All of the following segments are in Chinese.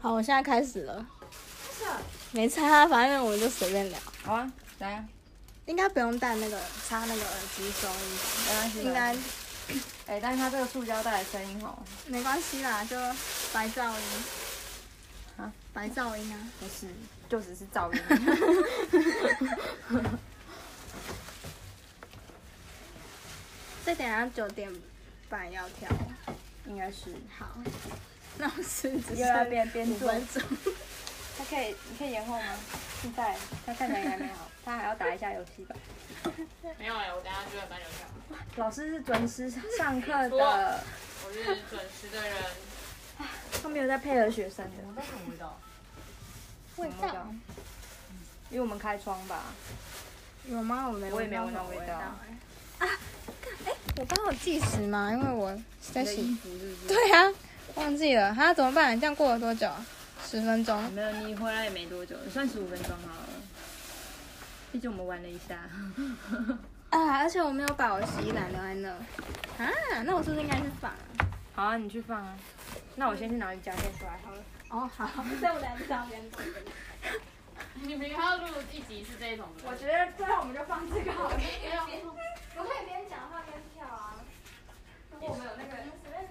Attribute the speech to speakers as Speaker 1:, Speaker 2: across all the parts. Speaker 1: 好，我现在开始了。没差，啊反正我就随便聊，
Speaker 2: 好啊，来啊，
Speaker 1: 应该不用戴那个插那个耳机收
Speaker 2: 没关系
Speaker 1: 音，
Speaker 2: 吧。
Speaker 1: 应该
Speaker 2: 哎、但是它这个塑胶袋的声音哦吼，
Speaker 1: 没关系啦，就白噪音。
Speaker 2: 啊，
Speaker 1: 白噪音啊。
Speaker 2: 不是，就只是噪音。
Speaker 1: 这等一下九点半要跳。
Speaker 2: 应该是，
Speaker 1: 好，那我是只
Speaker 2: 又要边边
Speaker 1: 五
Speaker 2: 做
Speaker 1: 分钟。
Speaker 2: 它可以，你可以延后吗？现在它看起来还没好，它还要打一下游戏吧。
Speaker 3: 没有哎、我等下九点半就下。
Speaker 2: 老师是准时上课
Speaker 3: 说
Speaker 2: 的，
Speaker 3: 我是准时的人。
Speaker 2: 他没有在配合学生的。
Speaker 3: 我在什么味道？
Speaker 1: 味
Speaker 2: 什么味
Speaker 1: 道
Speaker 2: 道因为我们开窗吧，
Speaker 1: 有吗？我没
Speaker 2: 我也没
Speaker 1: 闻
Speaker 2: 闻
Speaker 1: 到什
Speaker 2: 到
Speaker 1: 么
Speaker 2: 味
Speaker 1: 味
Speaker 2: 道
Speaker 1: 道哎。啊，干哎，我帮我计时吗？因为我在
Speaker 2: 你的衣
Speaker 1: 洗。
Speaker 2: 服是不是？
Speaker 1: 对啊，忘记了，哈，怎么办？这样过了多久啊？十分钟。
Speaker 2: 没有，你回来也没多久，算十五分钟好了。毕竟我们玩了一下，
Speaker 1: 啊，而且我没有把我洗衣篮留在那。啊，那我是不是应该去放啊？
Speaker 2: 好啊，你去放啊。那我先去拿瑜伽垫出来好了。
Speaker 1: 哦，好，那我俩去旁边坐。
Speaker 3: 你们要录一集是这一种的。
Speaker 2: 觉得最后我们就放这个好了。
Speaker 3: 没有，
Speaker 1: 我可以边讲话边跳啊。
Speaker 2: 如果我们有那个，
Speaker 1: 随便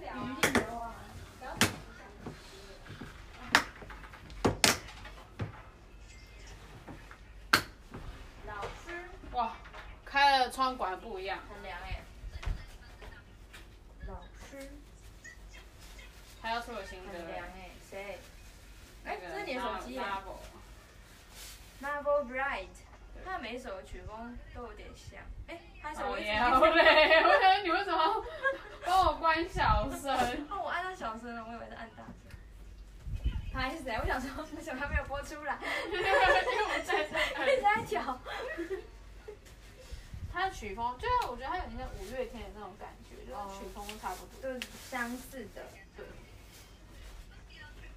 Speaker 1: 聊啊。
Speaker 3: 哇，开了窗管不一样。
Speaker 2: 很凉哎。老师
Speaker 3: 还要出有新歌。
Speaker 2: 哎，谁？
Speaker 3: 那
Speaker 2: 哎，
Speaker 3: 个
Speaker 2: 这是你的手机啊耶
Speaker 3: Marvel
Speaker 2: Marvel Bright，它每一首的曲风都有点像。哎，还是
Speaker 3: 好
Speaker 2: 我一直
Speaker 3: 呀，哦好嘞，我想你为什么帮我关小 声？
Speaker 2: 哦，我按到小声了，我以为是按大声。拍谁？我想说 为什么它没有播出来？
Speaker 3: 因为我在这
Speaker 2: 一直在调。
Speaker 3: 他的曲风，就是我觉得他有点像五月天的那种感觉，就是曲风都差不多。
Speaker 2: 就是相似的。
Speaker 3: 对。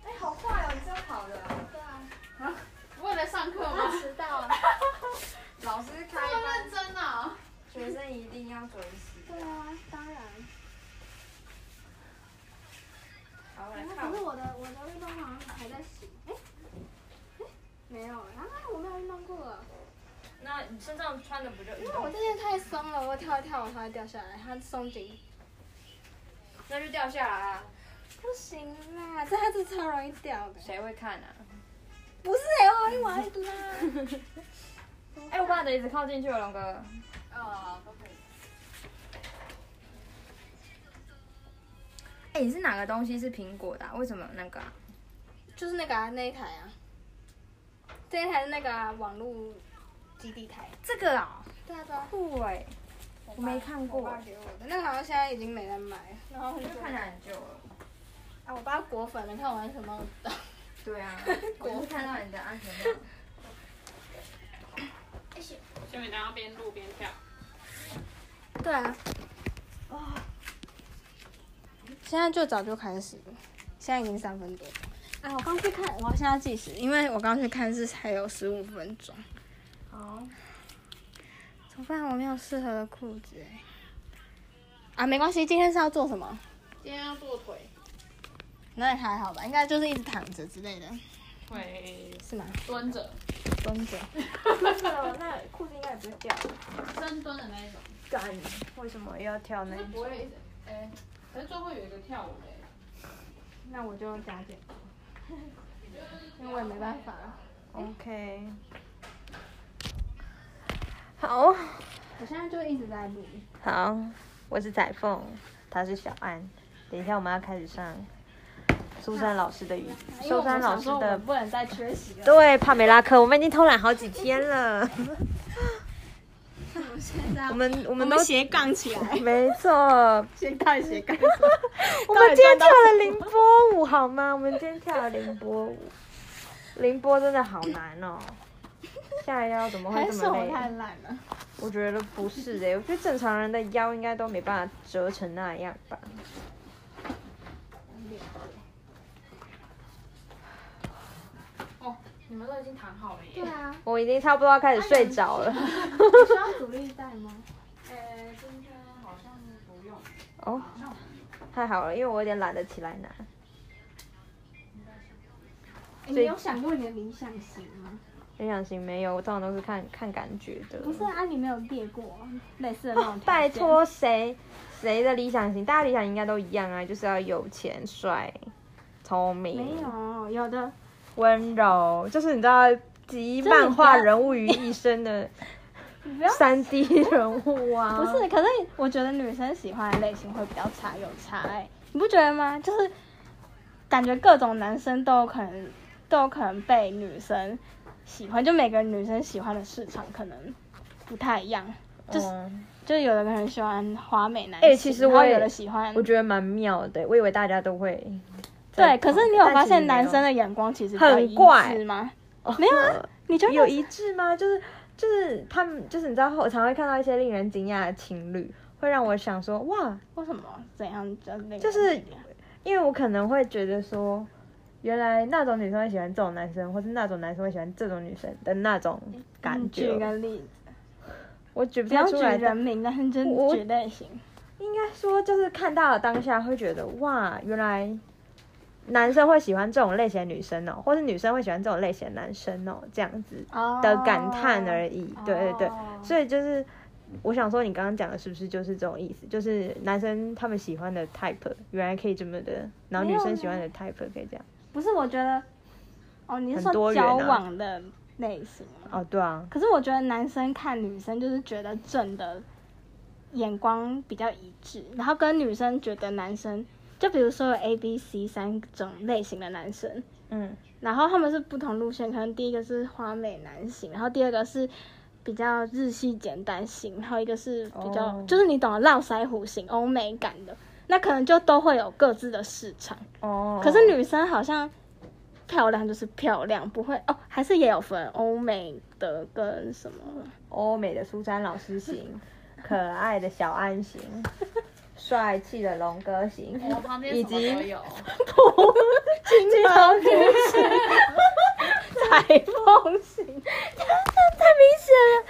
Speaker 2: 哎、好快哦！你这样跑的、啊。
Speaker 1: 对啊，
Speaker 3: 为了上课吗
Speaker 1: 我？迟到了。
Speaker 2: 老师
Speaker 3: 这
Speaker 2: 开
Speaker 3: 么
Speaker 2: 班
Speaker 3: 认，真啊！
Speaker 2: 学生一定要准时。
Speaker 1: 对啊，当然。
Speaker 2: 好，我来看
Speaker 1: 哎可是
Speaker 2: 我。
Speaker 1: 我的我的运动好像还在洗。哎、哎没有啊，我没有运动过了，
Speaker 2: 那你身上穿的不就运
Speaker 1: 因为我
Speaker 2: 动？
Speaker 1: 这件太松了，我跳一跳，我它会掉下来，它松紧。
Speaker 2: 那就掉下来啊！
Speaker 1: 不行啦，这它是超容易掉的。
Speaker 2: 谁会看啊？
Speaker 1: 不是哎、我一玩一拉。
Speaker 2: 哎、我把你的椅子靠进去了，龙哥。哦
Speaker 3: 啊，都可以。
Speaker 2: 哎、你是哪个东西是苹果的啊、为什么有那个、啊？
Speaker 1: 就是那个、啊、那一台啊，这一台是那个、啊、网络基地台。
Speaker 2: 这个啊、
Speaker 1: 对啊对啊，
Speaker 2: 酷哎、我没看过
Speaker 1: 我爸给我的那个好像现在已经没人买，然后我就
Speaker 2: 哦看起来很旧了。
Speaker 1: 啊，我爸果粉的，看我还什么都不知道。
Speaker 2: 对 啊，
Speaker 1: 我就是
Speaker 2: 看到你的安 全帽。
Speaker 3: 小美，然后边录边跳。
Speaker 1: 对啊，哇！现在就早就开始了，现在已经三分多。啊，我刚去看，我现在计时，因为我刚去看是还有十五分钟。
Speaker 2: 好，
Speaker 1: 怎么办？我没有适合的裤子哎。啊，没关系，今天是要做什么？
Speaker 3: 今天要做腿，
Speaker 1: 那也还好吧，应该就是一直躺着之类的，
Speaker 3: 腿
Speaker 1: 是吗？
Speaker 3: 蹲 着，
Speaker 1: 蹲着。
Speaker 2: 啊那裤子应该也不会掉。
Speaker 3: 深蹲的那一种，
Speaker 2: 干，为什么要跳
Speaker 3: 就
Speaker 2: 那
Speaker 3: 是
Speaker 2: 一
Speaker 3: 不会一直，哎，可是最后有一个跳舞的欸。
Speaker 1: 那我就加减， 因为我也没办法了。
Speaker 2: ？OK。好，
Speaker 1: 我现在就一直在录。
Speaker 2: 好，我是彩凤，她是小安。等一下我们要开始上苏珊老师的
Speaker 1: 因
Speaker 2: 语，
Speaker 1: 为
Speaker 2: 苏
Speaker 1: 哎我
Speaker 2: 珊
Speaker 1: 们
Speaker 2: 老
Speaker 1: 想
Speaker 2: 师
Speaker 1: 说我
Speaker 2: 的
Speaker 1: 们不能再缺席了。
Speaker 2: 对帕梅拉课，我们已经偷懒好几天了。
Speaker 1: 我们现在
Speaker 2: 我们我
Speaker 1: 我
Speaker 2: 们都
Speaker 1: 们斜杠起来，
Speaker 2: 没错，
Speaker 1: 先到底斜杠什么？
Speaker 2: 我们今天跳了凌波舞好吗？我们今天跳了凌波舞，凌波真的好难哦。下腰怎么会
Speaker 1: 还是
Speaker 2: 这么
Speaker 1: 我
Speaker 2: 累？
Speaker 1: 太烂了？
Speaker 2: 我觉得不是哎、我觉得正常人的腰应该都没办法折成那样吧。
Speaker 3: 哦，你们都已经躺好了耶。
Speaker 1: 啊，
Speaker 2: 我已经差不多要开始睡 着了。
Speaker 1: 你需要鼓励带吗？
Speaker 3: 呃，今天好像不用，
Speaker 2: 哦，太好了，因为我有点懒得起来拿。
Speaker 1: 你有想过你的理想型吗？
Speaker 2: 理想型没有，我通常都是看看感觉的。哦
Speaker 1: 不是啊，你没有列过类似的那种。
Speaker 2: 拜，托谁谁的理想型？大家理想型应该都一样啊，就是要有钱、帅、聪明、
Speaker 1: 没有，有的
Speaker 2: 温柔，就是你知道集漫画人物于一身的
Speaker 1: 你不要。
Speaker 2: 三 D 人物啊。
Speaker 1: 不是，可是我觉得女生喜欢的类型会比较差，有差哎、你不觉得吗？就是感觉各种男生都有可能都有可能被女生喜欢，就每个女生喜欢的市场可能不太一样。 就是
Speaker 2: 嗯
Speaker 1: 就有的可能喜欢华美男型，
Speaker 2: 哎其实我
Speaker 1: 然后
Speaker 2: 也
Speaker 1: 有的喜欢，
Speaker 2: 我觉得蛮妙的，我以为大家都会。
Speaker 1: 对。可是你有
Speaker 2: 但
Speaker 1: 发
Speaker 2: 其实
Speaker 1: 现
Speaker 2: 没
Speaker 1: 男
Speaker 2: 有
Speaker 1: 生的眼光其实比较
Speaker 2: 很
Speaker 1: 一
Speaker 2: 怪
Speaker 1: 致吗？
Speaker 2: 哦
Speaker 1: 没有 啊，你觉得
Speaker 2: 有一致吗？就是就是他们就是你知道，我常会看到一些令人惊讶的情侣，会让我想说哇，
Speaker 1: 为什么怎样嗯比较令人
Speaker 2: 就是
Speaker 1: 惊讶
Speaker 2: 因为我可能会觉得说，原来那种女生会喜欢这种男生，或是那种男生会喜欢这种女生的那种感
Speaker 1: 嗯
Speaker 2: 觉，
Speaker 1: 举个例子，
Speaker 2: 我举不
Speaker 1: 不
Speaker 2: 太
Speaker 1: 要
Speaker 2: 出
Speaker 1: 举
Speaker 2: 来
Speaker 1: 人
Speaker 2: 但
Speaker 1: 名，但是就
Speaker 2: 我
Speaker 1: 举类型。
Speaker 2: 应该说就是看到了当下会觉得哇，原来。男生会喜欢这种类型的女生哦，或是女生会喜欢这种类型的男生哦，这样子的感
Speaker 1: 哦
Speaker 2: 叹而已。对对对，所以就是我想说，你刚刚讲的是不是就是这种意思？就是男生他们喜欢的 type 原来可以这么的，然后
Speaker 1: 没
Speaker 2: 女
Speaker 1: 有
Speaker 2: 生
Speaker 1: 呢
Speaker 2: 喜欢的 type 可以这样。
Speaker 1: 不是，我觉得，哦，你是
Speaker 2: 很
Speaker 1: 说
Speaker 2: 多元啊
Speaker 1: 交往的类型吗？
Speaker 2: 哦，对啊，
Speaker 1: 可是我觉得男生看女生就是觉得正的眼光比较一致，然后跟女生觉得男生，就比如说有 A、B、C 三种类型的男生，
Speaker 2: 嗯，
Speaker 1: 然后他们是不同路线，可能第一个是花美男型，然后第二个是比较日系简单型，然后一个是比较、
Speaker 2: 哦
Speaker 1: 就是你懂的络腮胡型欧美感的，那可能就都会有各自的市场。
Speaker 2: 哦
Speaker 1: 可是女生好像漂亮就是漂亮，不会哦，还是也有分欧美的跟什么
Speaker 2: 欧美的苏珊老师型，可爱的小安 型，帅气的龙哥型，
Speaker 3: 我旁边
Speaker 2: 以
Speaker 3: 什么都
Speaker 2: 及
Speaker 3: 有，
Speaker 2: 金头型、裁 缝型，太明显了，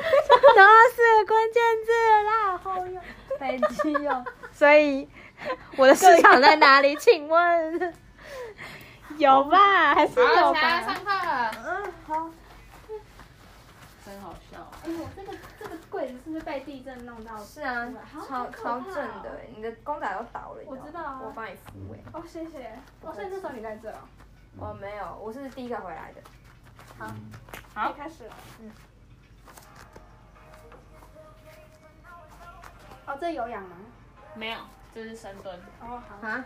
Speaker 2: 然后是关键字啦，好用，北极哦，所以我的市场在哪里？请问？
Speaker 1: 有吧，还是
Speaker 3: 好，
Speaker 1: 有
Speaker 3: 起来上
Speaker 1: 吧。
Speaker 3: 课了，
Speaker 2: 嗯，好，
Speaker 3: 真好笑。
Speaker 1: 哎，我这个这个柜子是不是被地震弄到？
Speaker 2: 是啊
Speaker 1: 好，
Speaker 2: 超
Speaker 1: 可怕
Speaker 2: 超
Speaker 1: 哦
Speaker 2: 正的欸，你的公仔都倒了，你
Speaker 1: 我知道啊
Speaker 2: 我帮你扶哎，
Speaker 1: 哦，谢谢。哦，所以那时候你在这哦。
Speaker 2: 我没有，我是第一个回来的。
Speaker 1: 好，开始了。嗯。哦，这有氧吗？
Speaker 3: 没有，这是深蹲，
Speaker 1: 哦，好。
Speaker 2: 啊，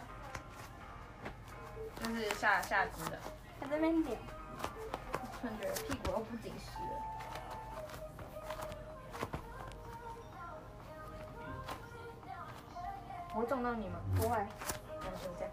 Speaker 3: 这是下下肢的。
Speaker 1: 在这边点。
Speaker 2: 突然觉得屁股又不紧实了。我会撞到你吗？
Speaker 1: 不会。
Speaker 2: 那就这样。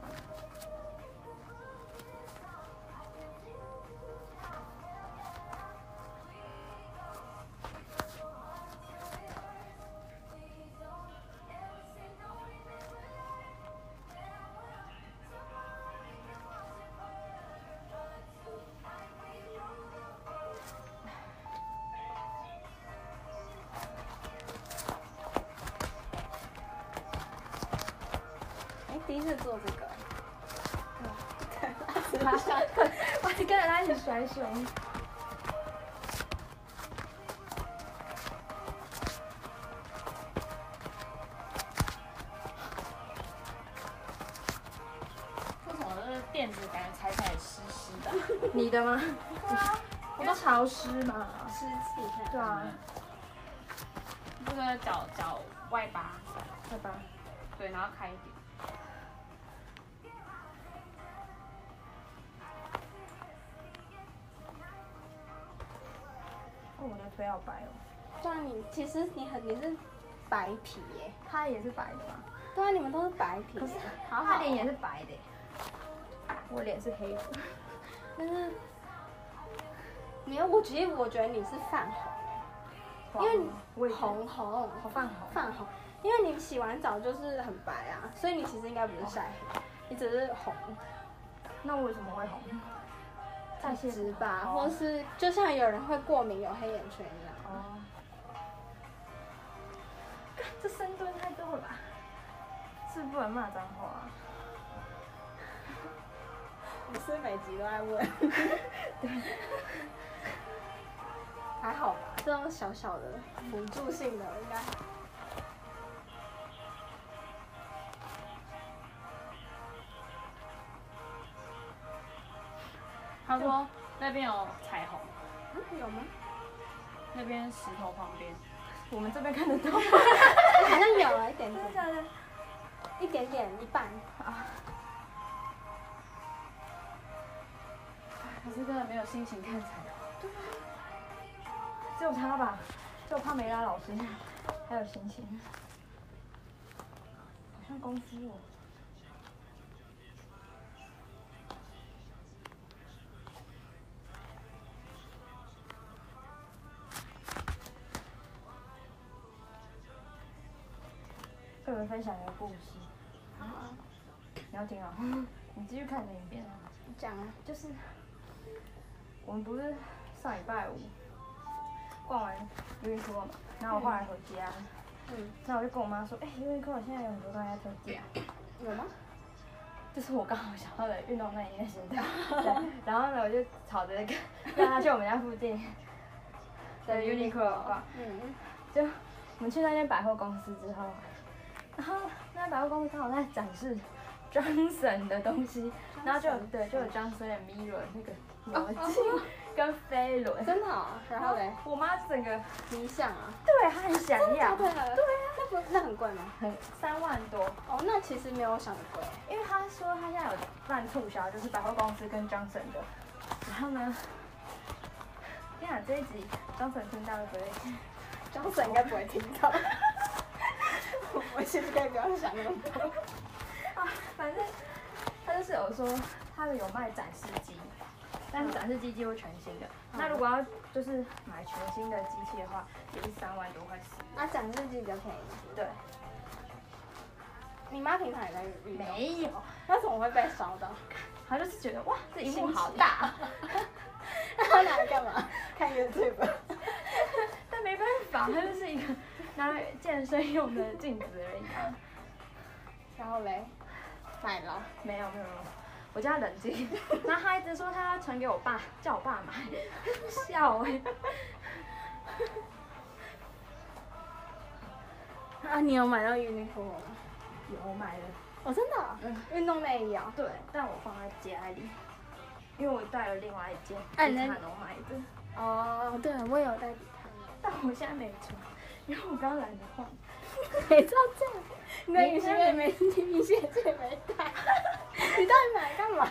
Speaker 1: 哎，第一次做这个。
Speaker 2: 我跟着他一起甩手。
Speaker 3: 为什么那个垫子感觉踩起来湿湿的？
Speaker 2: 你的吗？
Speaker 1: 我都潮湿嘛。
Speaker 2: 湿气。
Speaker 1: 对啊。
Speaker 3: 那个脚脚外八，
Speaker 1: 嗯
Speaker 2: 对吧？
Speaker 3: 对，然后开一点。
Speaker 2: 哦，我的腿好白哦。
Speaker 1: 对啊，你其实你很你是白皮耶。
Speaker 2: 他也是白的吗？
Speaker 1: 对啊，你们都是白皮。可是，
Speaker 2: 好他脸也是白的耶。我脸是黑的。
Speaker 1: 但是你要我其实我觉得你是泛红，因为
Speaker 2: 我
Speaker 1: 你
Speaker 2: 也觉得
Speaker 1: 红红
Speaker 2: 好泛红。
Speaker 1: 泛红，因为你洗完澡就是很白啊，所以你其实应该不是晒黑，你只是红。
Speaker 2: 那为什么会红？代谢
Speaker 1: 直吧，
Speaker 2: 哦
Speaker 1: 或是就像有人会过敏有黑眼圈一样。
Speaker 2: 哦。这深蹲太多了吧？是不能骂脏话、啊。
Speaker 4: 不是每集都在问。 对，还好吧，这种小小的辅助性的应该还好。
Speaker 3: 他说那边有彩虹，
Speaker 4: 嗯，有吗？
Speaker 3: 那边石头旁边，
Speaker 2: 我们这边看得 到吗？
Speaker 4: 好像有啊，一点点，
Speaker 2: 的？
Speaker 4: 一点点，一半。
Speaker 2: 可是真的没有心情看彩虹。只有他吧，只有帕梅拉老师还有心情。好像公司哦。跟你们分享一个故事，
Speaker 4: 好啊，
Speaker 2: 你要听啊、你继续看那一遍啊。
Speaker 4: 你讲啊。
Speaker 2: 就是我们不是上礼拜五逛完 Uniqlo 嘛，然后我后来回家，
Speaker 4: 嗯，
Speaker 2: 然后我就跟我妈说，哎、u n i q l o 现在有很多东西在特价，
Speaker 4: 有吗？
Speaker 2: 就是我刚好想到的运动内衣的形 态。对，然后呢，我就吵着跟 跟她去我们家附 近的 Uniqlo 逛，
Speaker 4: 嗯，
Speaker 2: 就我们去那间百货公司之后，然后那间百货公司刚好在展示 Johnson 的东西，然后就有对就有 Johnson 的 Mirror 那个牛津 跟飞轮，
Speaker 4: 哦真的哦。然后嘞，，
Speaker 2: 我妈整个
Speaker 4: 理想啊。
Speaker 2: 对她很想要，
Speaker 4: 对啊。那不那很贵吗？
Speaker 2: 很三万多，
Speaker 4: 哦，那其实没有我想的贵。
Speaker 2: 因为她说她现在有办促销，就是百货公司跟 Johnson 的，然后呢，天啊，这一集 Johnson 听到了不会？
Speaker 4: 张婶应该不会听 到。我其实可以不要想那么多。
Speaker 2: 啊，反正他就是有说他们有卖展示机，但是展示机几乎全新的。那如果要就是买全新的机器的话，也是三万多块起。
Speaker 4: 啊，讲自己比较便宜。
Speaker 2: 对，
Speaker 4: 你妈平常也在运动，
Speaker 2: 没有，
Speaker 4: 那怎么会被烧 到？
Speaker 2: 他就是觉得哇，这一幕
Speaker 4: 心
Speaker 2: 好
Speaker 4: 机
Speaker 2: 大，啊
Speaker 4: 她拿来干嘛？看 YouTube。
Speaker 2: 但没办法，它就是一个拿来健身用的镜子而已啊。
Speaker 4: 然后嘞，买了。
Speaker 2: 没有没有没有，我叫他冷静。 然后他一直说他要传给我爸，叫我爸买，笑哎、
Speaker 4: 啊，你有买到 Uniqlo 吗？
Speaker 2: 有买了。
Speaker 4: 哦，真的、嗯，运动内衣啊、
Speaker 2: 对，但我放在家里，因为我带了另外一件
Speaker 4: 哎
Speaker 2: 迪
Speaker 4: 那
Speaker 2: 卡侬买的，
Speaker 4: 哦，对，我有带底它。
Speaker 2: 但我现在没穿，因为我刚懒得换。
Speaker 4: 没照这样，你的隐形眼没，隐形眼镜也没戴，你到底买来干嘛？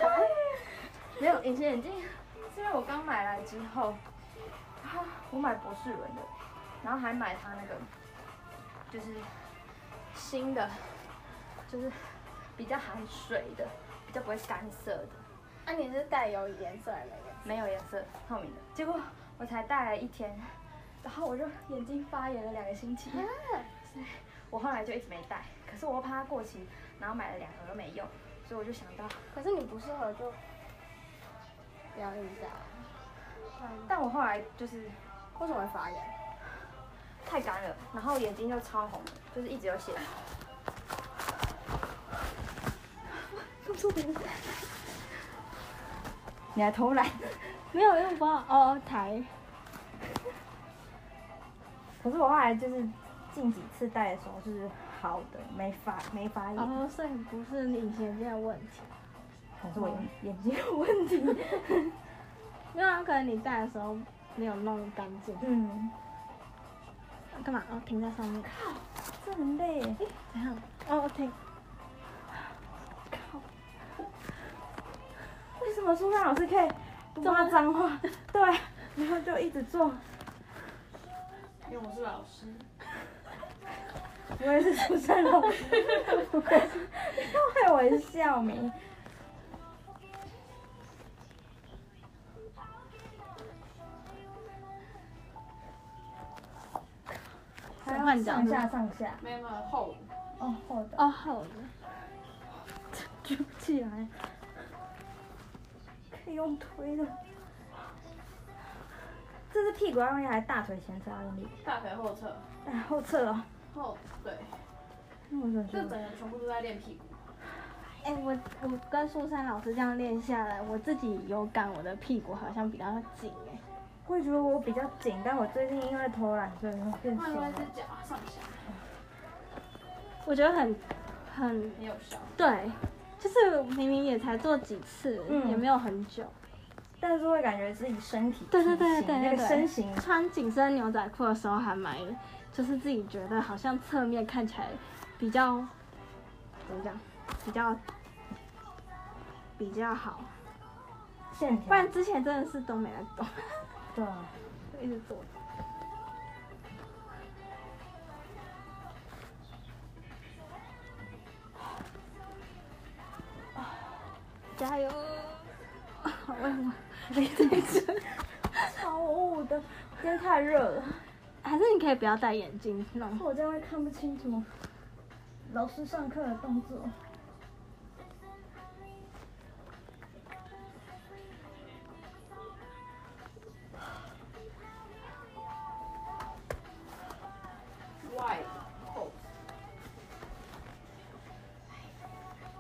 Speaker 2: 没有隐形眼镜， 是因为我刚买来之后，啊，我买博士伦的，然后还买它那个就是 新的，就是比较含水的，比较不会干涩的，
Speaker 4: 啊，你是带有颜色还是没颜色？
Speaker 2: 没有颜色，透明的。结果我才戴了一天，然后我就眼睛发炎了两个星期。
Speaker 4: 啊
Speaker 2: 我后来就一直没带，可是我又怕它过期，然后买了两盒都没用，所以我就想到，
Speaker 4: 可是你不适合就不要硬戴。嗯
Speaker 2: 但我后来就是
Speaker 4: 为什么会发炎？
Speaker 2: 太干了，然后眼睛就超红，就是一直 有血。你还偷懒？
Speaker 4: 没有用不好哦，台
Speaker 2: 可是我后来就是近几次戴的时候是好的，没发没发炎，
Speaker 4: 哦，所以不是你隐形眼镜的问题。
Speaker 2: 可是我
Speaker 4: 哦
Speaker 2: 眼眼睛有问题。
Speaker 4: 没有啊，可能你戴的时候没有弄干净。
Speaker 2: 嗯，
Speaker 4: 干嘛？哦，停在上面。
Speaker 2: 这很累耶。
Speaker 4: 怎样？哦，停。
Speaker 2: 为什么书上老师可以不骂脏 话？对，啊然后就一直做。
Speaker 3: 因为我是老师。
Speaker 2: 我也是出生了，我也是，害我一笑没。还要
Speaker 4: 换角
Speaker 2: 上
Speaker 4: 度
Speaker 2: 下上下，
Speaker 3: 没有没有后午，
Speaker 2: 哦， 后的
Speaker 4: 哦，好的。
Speaker 2: 举不起啊来，可以用推的。这是屁股要用力还是大腿前侧要用力？
Speaker 3: 大腿后侧
Speaker 2: 哎，后侧哦。
Speaker 3: 后对，
Speaker 2: 那我怎么觉
Speaker 3: 这整
Speaker 2: 得？
Speaker 3: 个全部都在练屁股。
Speaker 1: 哎、我我跟苏珊老师这样练下来，我自己有感我的屁股好像比较紧哎、
Speaker 2: 我也觉得我比较紧，但我最近因为偷懒，所以变
Speaker 3: 换
Speaker 2: 松
Speaker 3: 应该
Speaker 2: 了。
Speaker 3: 是脚上下，
Speaker 1: 我觉得很很
Speaker 3: 很有效。
Speaker 1: 对，就是明明也才做几次，
Speaker 2: 嗯
Speaker 1: 也没有很久。
Speaker 2: 但是会感觉自己身体
Speaker 1: 对对对
Speaker 2: 畸形
Speaker 1: 对
Speaker 2: 那
Speaker 1: 对
Speaker 2: 个身形
Speaker 1: 穿紧身牛仔裤的时候还蛮，就是自己觉得好像侧面看起来比较怎么讲，比较比较好，
Speaker 2: 线条，
Speaker 1: 不然之前真的是都没在动，
Speaker 2: 对啊，
Speaker 1: 就 一直坐着。加油！好累吗？
Speaker 2: 超雾的，今天太热了，
Speaker 1: 还是你可以不要戴眼镜弄。
Speaker 2: 我这样会看不清楚老师上课的动作。
Speaker 3: 外后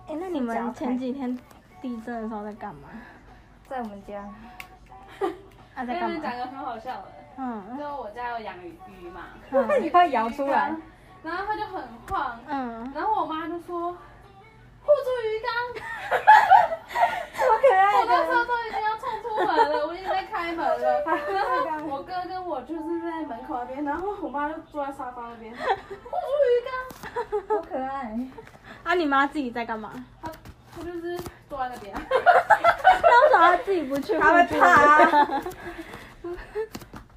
Speaker 1: 哎、那你们前几天地震的时候在干嘛？
Speaker 2: 在我们家，
Speaker 1: 啊，
Speaker 3: 跟
Speaker 1: 在
Speaker 3: 哎你
Speaker 1: 干
Speaker 3: 们讲
Speaker 1: 嘛？
Speaker 3: 个很好笑的，
Speaker 1: 嗯
Speaker 3: 就我家有养鱼鱼嘛，
Speaker 2: 那你快摇出来，
Speaker 3: 然后它就很晃，
Speaker 1: 嗯，
Speaker 3: 然后我妈就说护住鱼缸，
Speaker 2: 好可爱
Speaker 3: 我那时
Speaker 2: 的，
Speaker 3: 候都已经要冲出门了，我已经在开门 了，然后我哥跟我就是在门口那边，然后我妈就坐在沙发那边，护住鱼缸，
Speaker 2: 好可爱。
Speaker 1: 啊，你妈自己在干嘛？
Speaker 3: 她她就是坐在那边，
Speaker 1: 那为什么她自己不去？
Speaker 4: 她会怕
Speaker 1: 啊。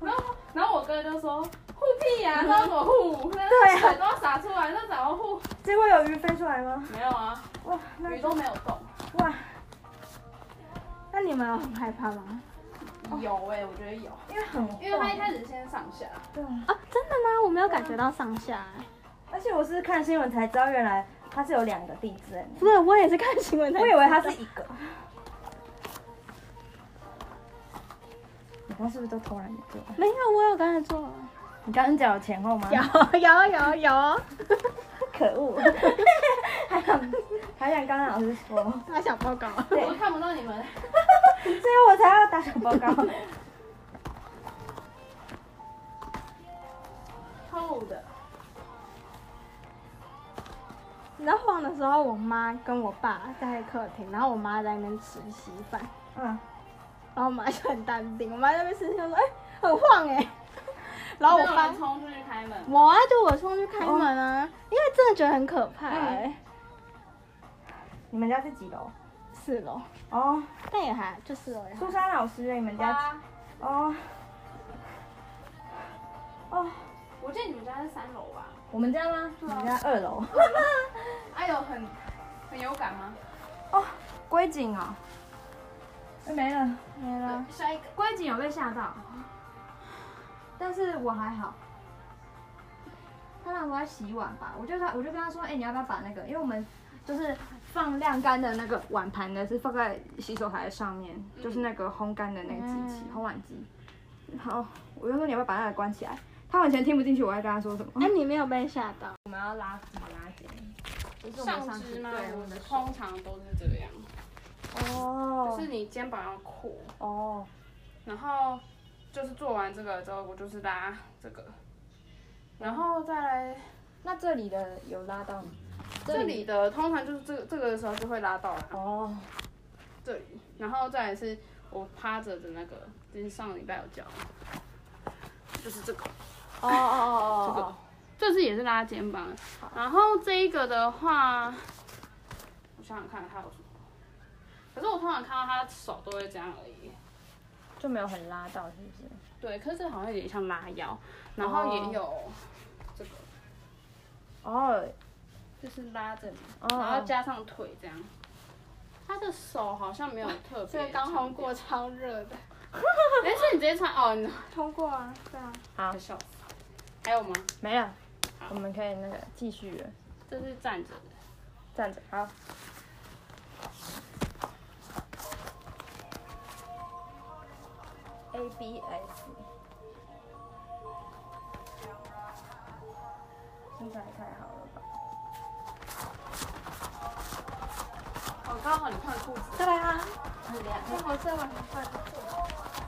Speaker 3: 然后然后我哥就说护屁呀、
Speaker 1: 嗯
Speaker 3: 那要怎么护？
Speaker 1: 啊
Speaker 3: 对，水都要洒出来，那怎么护？
Speaker 2: 结果有鱼飞出来吗？
Speaker 3: 没有啊，
Speaker 2: 哇，那
Speaker 3: 鱼都没有动。
Speaker 2: 哇，
Speaker 1: 那你们有很害怕吗？哦
Speaker 3: 有哎、我觉得有，
Speaker 2: 因为很
Speaker 3: 因为他一
Speaker 2: 晃
Speaker 3: 开始先上下，
Speaker 2: 对啊，
Speaker 1: 啊，真的吗？我没有感觉到上下、欸。
Speaker 2: 而且我是看新闻才知道，原来它是有两个地震，
Speaker 1: 不是，我也是看新闻才
Speaker 2: 我以为它是一个。你刚是不是都偷懒没做？
Speaker 1: 没有，我有刚才做了。
Speaker 2: 你刚刚讲有前后吗？
Speaker 1: 有有有有，
Speaker 2: 可恶！ 还想还想刚刚老师 说，
Speaker 1: 那小报告。
Speaker 2: 对
Speaker 3: 我都看不到你们。
Speaker 2: 所以我才要打小报告。
Speaker 3: 厚 的，
Speaker 1: 你知道晃的时候，我妈跟我爸在客厅，然后我妈在那边吃稀饭，
Speaker 2: 嗯，
Speaker 1: 然后我妈就很淡定，我妈在那边吃稀饭说：“哎、很晃哎、 然后我
Speaker 3: 没有
Speaker 1: 爸
Speaker 3: 人冲出去开门，
Speaker 1: 我啊，就我冲去开门啊，因为真的觉得很可怕、欸。
Speaker 2: 你们家是几楼？
Speaker 1: 四楼，
Speaker 2: 哦，
Speaker 1: 但也还就四楼也还。
Speaker 2: 苏珊老师，你们家
Speaker 3: 家，
Speaker 2: 哦哦，
Speaker 3: 我记得你们家是三楼吧？
Speaker 2: 我们家吗？我们家二楼。
Speaker 3: 哎呦，很很有感吗？
Speaker 2: 哦，龟井哦，哎没了。
Speaker 1: 没了。
Speaker 2: 啊
Speaker 3: 下一个，
Speaker 2: 龟井有被吓到，但是我还好。他那时候在洗碗吧，我就他我就跟他说，哎、你要不要把那个，因为我们就是放晾干的那个碗盘的是放在洗手台上面，就是那个烘干的那个机器，烘碗机。然后我就说你要不要把那个关起来？他完全听不进去我在跟他说什么。
Speaker 1: 哎、你没有被吓到？
Speaker 2: 我们要拉怎么拉紧？就是我们
Speaker 3: 上肢吗？
Speaker 2: 对，我
Speaker 3: 我
Speaker 2: 们的
Speaker 3: 们
Speaker 2: 手。
Speaker 3: 通常都是这样，就
Speaker 2: 哦
Speaker 3: 是你肩膀要扩，
Speaker 2: 哦，
Speaker 3: 然后就是做完这个之后，我就是拉这个，然后再来
Speaker 2: 那这里的有拉到吗？
Speaker 3: 这里的，通常就是这个这个的时候就会拉到啦。
Speaker 2: 哦，
Speaker 3: 这里，然后再来是我趴着的那个，就是上礼拜有教，就是这个，
Speaker 2: 哦哦哦
Speaker 3: 这个，这次也是拉肩膀的。然后这一个的话，我想想看还有什么，可是我通常看到他手都会这样而已。
Speaker 2: 就没有很拉到，是不是？
Speaker 3: 对，可是这个好像有点像拉腰，然后也有这个，
Speaker 2: 哦
Speaker 3: 就是拉这里，然后
Speaker 2: 哦，
Speaker 3: 加上腿这样。他的手好像没有特别，
Speaker 1: 这个刚通过，超热的。
Speaker 3: 哎，所以你直接穿哦，你，
Speaker 1: 通过啊，对啊。
Speaker 2: 好
Speaker 3: 笑死。还有吗？
Speaker 2: 没了，我们可以那个继续了
Speaker 3: 这是站着的。
Speaker 2: 站着。好，A B S。身材太好了吧？
Speaker 1: 长高好，你换裤子。
Speaker 4: 对啊，
Speaker 2: 对呀，
Speaker 1: 我这碗饭。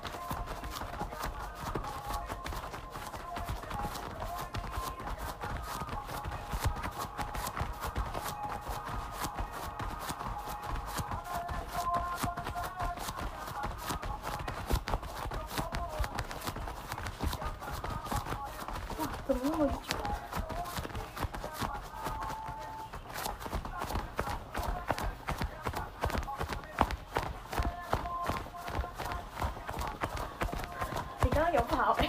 Speaker 2: 怎么那么久？
Speaker 5: 你刚刚有跑哎、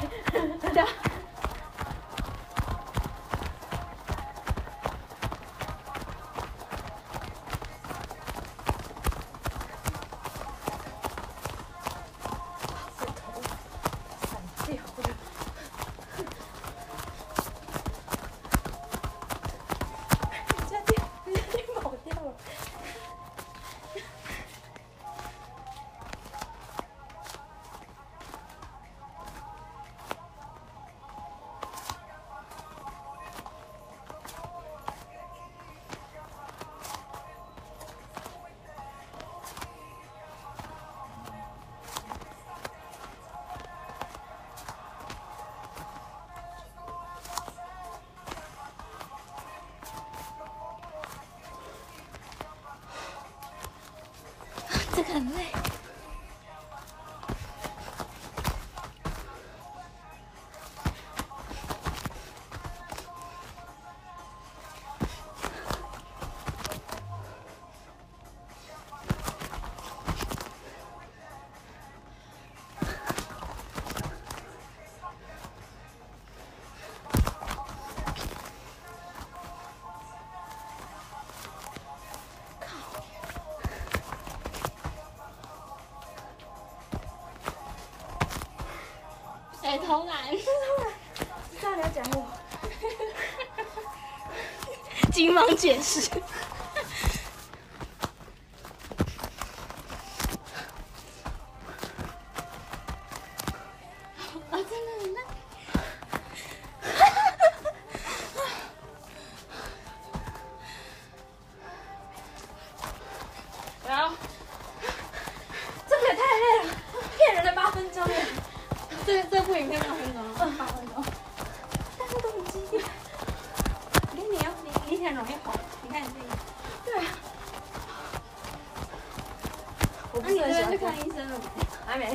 Speaker 4: 这个很累。哎、投篮，
Speaker 2: 大家讲我，
Speaker 4: 金芒解释。啊，真的很累。
Speaker 1: 然后
Speaker 2: 这个也太累了，骗人的八分钟耶！
Speaker 1: 这这部影片八分钟，八分钟。
Speaker 2: 大家都很激烈，
Speaker 1: 你你要你你很容易红，你看你自己。
Speaker 2: 我
Speaker 1: 那
Speaker 2: 不是很喜欢看，
Speaker 1: 医生了吗？
Speaker 2: 还没。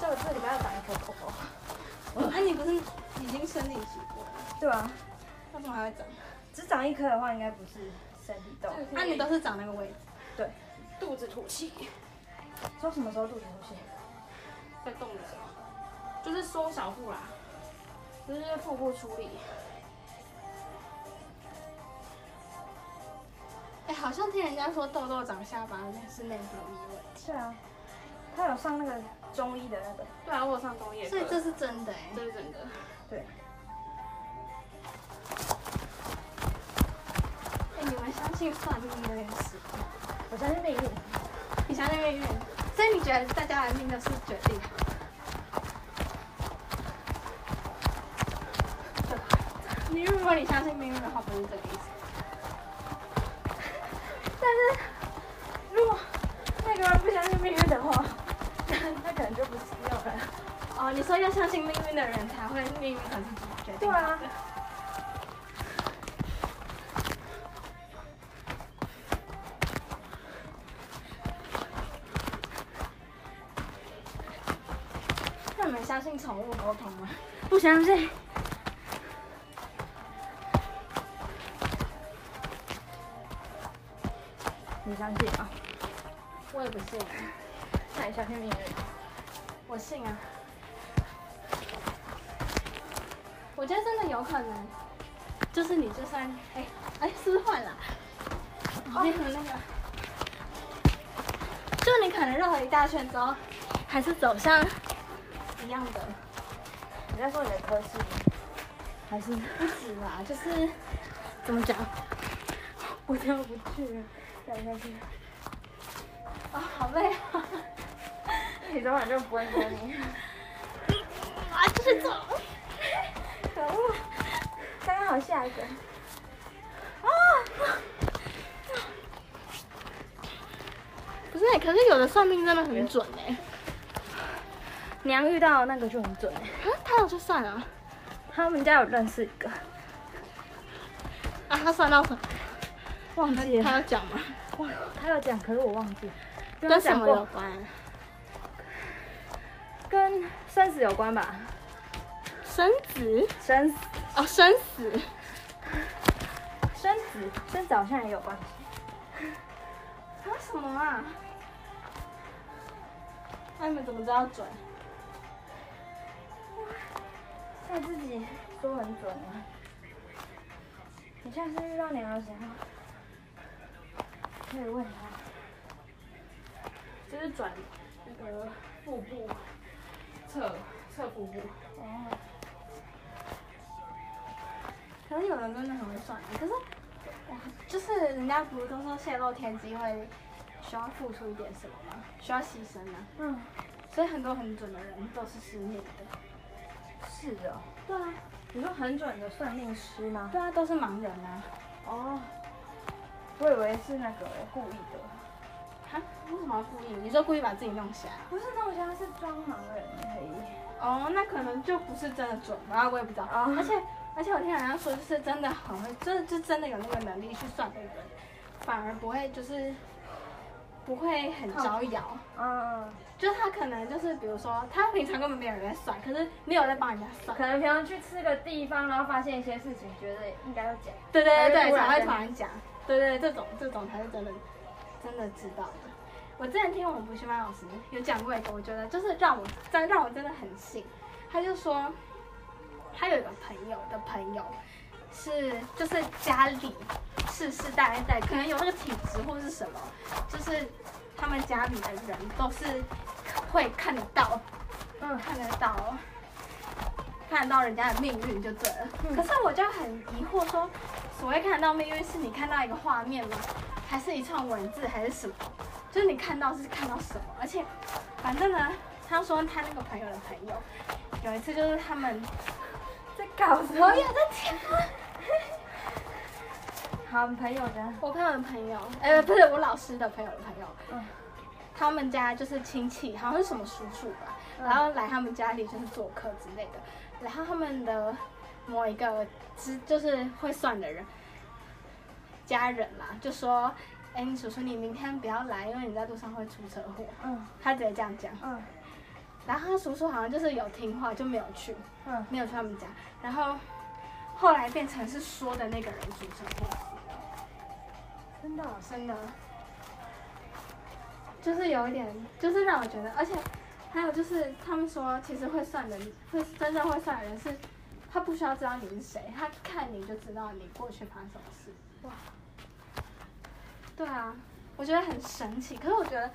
Speaker 2: 叫我这个礼拜要打一颗头哦头，
Speaker 1: 那啊你不是已经生理期过了？
Speaker 2: 对啊，
Speaker 1: 为什么还会长？
Speaker 2: 只长一颗的话，应该不是身体痘。
Speaker 1: 那、啊你都是长那个位置？
Speaker 2: 对，
Speaker 1: 肚子凸起，
Speaker 2: 说什么时候肚子出血？
Speaker 1: 在动的时候，就是缩小腹啦，就是腹部处理。哎、好像听人家说痘痘长下巴是内分泌问题，
Speaker 2: 是啊，他有上那个中医的那个，
Speaker 1: 对啊，我有上中医，
Speaker 4: 所以这是真的哎、
Speaker 1: 这是真的。
Speaker 2: 对，
Speaker 4: 哎、你们相信算命这件事？
Speaker 2: 我相信命运。
Speaker 4: 你相信命运？所以你觉得大家的命都是决定好的？对吧你如果你相信命运的话，不是这个意思。
Speaker 2: 但是如果那个人不相信命运的话，那可能就不是用了。
Speaker 4: 哦，你说要相信命运的人才会命运可自己决定。
Speaker 2: 对啊，
Speaker 4: 那你们相信宠物沟通吗？
Speaker 2: 不相信。你相信吗？
Speaker 4: 我也不信，
Speaker 2: 那你相信命运？
Speaker 4: 我信啊。我觉得真的有可能，就是你就算哎哎是不是换了啊？哦，你那个，就你可能绕了一大圈之后，还是走向一样的，
Speaker 2: 你在说你的科系？
Speaker 4: 还是不止吧？就是怎么讲，
Speaker 1: 啊
Speaker 4: 我跳不去了，
Speaker 2: 对，相信。
Speaker 4: 啊、好累啊！
Speaker 2: 你昨晚就不会说你。
Speaker 4: 啊，就是走。
Speaker 2: 可恶！刚刚好下一个。
Speaker 4: 啊！
Speaker 1: 真的，可是有的算命真的很准哎、
Speaker 4: 娘遇到那个就很准欸、
Speaker 1: 啊他有去算啊？
Speaker 4: 他们家有认识一个，
Speaker 1: 啊，他算到什么？
Speaker 4: 忘记了，
Speaker 1: 他有讲吗？
Speaker 4: 忘他有讲，可是我忘记了。跟
Speaker 1: 跟
Speaker 4: 他
Speaker 1: 什
Speaker 4: 讲
Speaker 1: 么有
Speaker 4: 过，
Speaker 1: 关？
Speaker 4: 跟生死有关吧？
Speaker 1: 生子？
Speaker 4: 生死
Speaker 1: 哦，生死。
Speaker 4: 生死生死好像也有关系。
Speaker 1: 啊什么啊？那、你们怎么知道准？
Speaker 2: 他自己说很准啊。你下次遇到娘的时候，可以问他，
Speaker 3: 就是转那个腹部侧侧腹部。
Speaker 2: 哦，
Speaker 1: 可是有人真的很会算，哎可是哇，就是人家不是都说泄露天机会需要付出一点什么吗？需要牺牲吗？
Speaker 2: 嗯，
Speaker 1: 所以很多很准的人都是失命的。
Speaker 2: 是哦。
Speaker 1: 对啊，
Speaker 2: 你说很准的算命师吗？
Speaker 1: 对啊，都是盲人啊。
Speaker 2: 哦，我以为是那个故意的，
Speaker 1: 哈，为什么要故意？你说故意把自己弄瞎？
Speaker 2: 不是那我想是装盲人而已。
Speaker 1: 哦，那可能就不是真的准吧，我也不知道。
Speaker 2: 哦
Speaker 1: 而且而且我听人家说，就是真的很会，就是就真的有那个能力去算的人，反而不会就是不会很招摇。
Speaker 2: 嗯，
Speaker 1: 就是他可能就是比如说，他平常根本没有人在算，可是你有在帮人家算。
Speaker 2: 可能平常去吃个地方，然后发现一些事情，觉得应该要讲。
Speaker 1: 对对
Speaker 2: 还
Speaker 1: 对，
Speaker 2: 会突然
Speaker 1: 才会
Speaker 2: 跟
Speaker 1: 突然讲。对对，这种这种才是真的真的知道的。我之前听我们补习班老师有讲过一个，我觉得就是让我真让我真的很信。他就说，他有一个朋友的朋友是就是家里世世代代可能有那个体质或是什么，就是他们家里的人都是会看得到，嗯，看得到。看得到人家的命运就对了，可是我就很疑惑说，所谓看到命运，是你看到一个画面吗？还是一串文字，还是什么？就是你看到是看到什么？而且，反正呢，他说他那个朋友的朋友，有一次就是他们，
Speaker 2: 在搞什
Speaker 1: 我也在听啊，
Speaker 2: 好，朋友的，
Speaker 1: 我朋友的朋友，呃，不是我老师的朋友的朋友，
Speaker 2: 嗯
Speaker 1: 他们家就是亲戚，好像是什么叔叔吧，然后来他们家里就是做客之类的，然后他们的某一个知就是会算的人，家人啦，就说，哎，你叔叔你明天不要来，因为你在路上会出车祸，
Speaker 2: 嗯
Speaker 1: 他直接这样讲，
Speaker 2: 嗯
Speaker 1: 然后他叔叔好像就是有听话就没有去，
Speaker 2: 嗯，
Speaker 1: 没有去他们家，然后后来变成是说的那个人出车祸。
Speaker 2: 真的哦，
Speaker 1: 真的，啊就是有一点，就是让我觉得，而且还有就是他们说，其实会算的，会真正会算的人是，他不需要知道你是谁，他看你就知道你过去发生什么事。哇，对啊，我觉得很神奇，可是我觉得。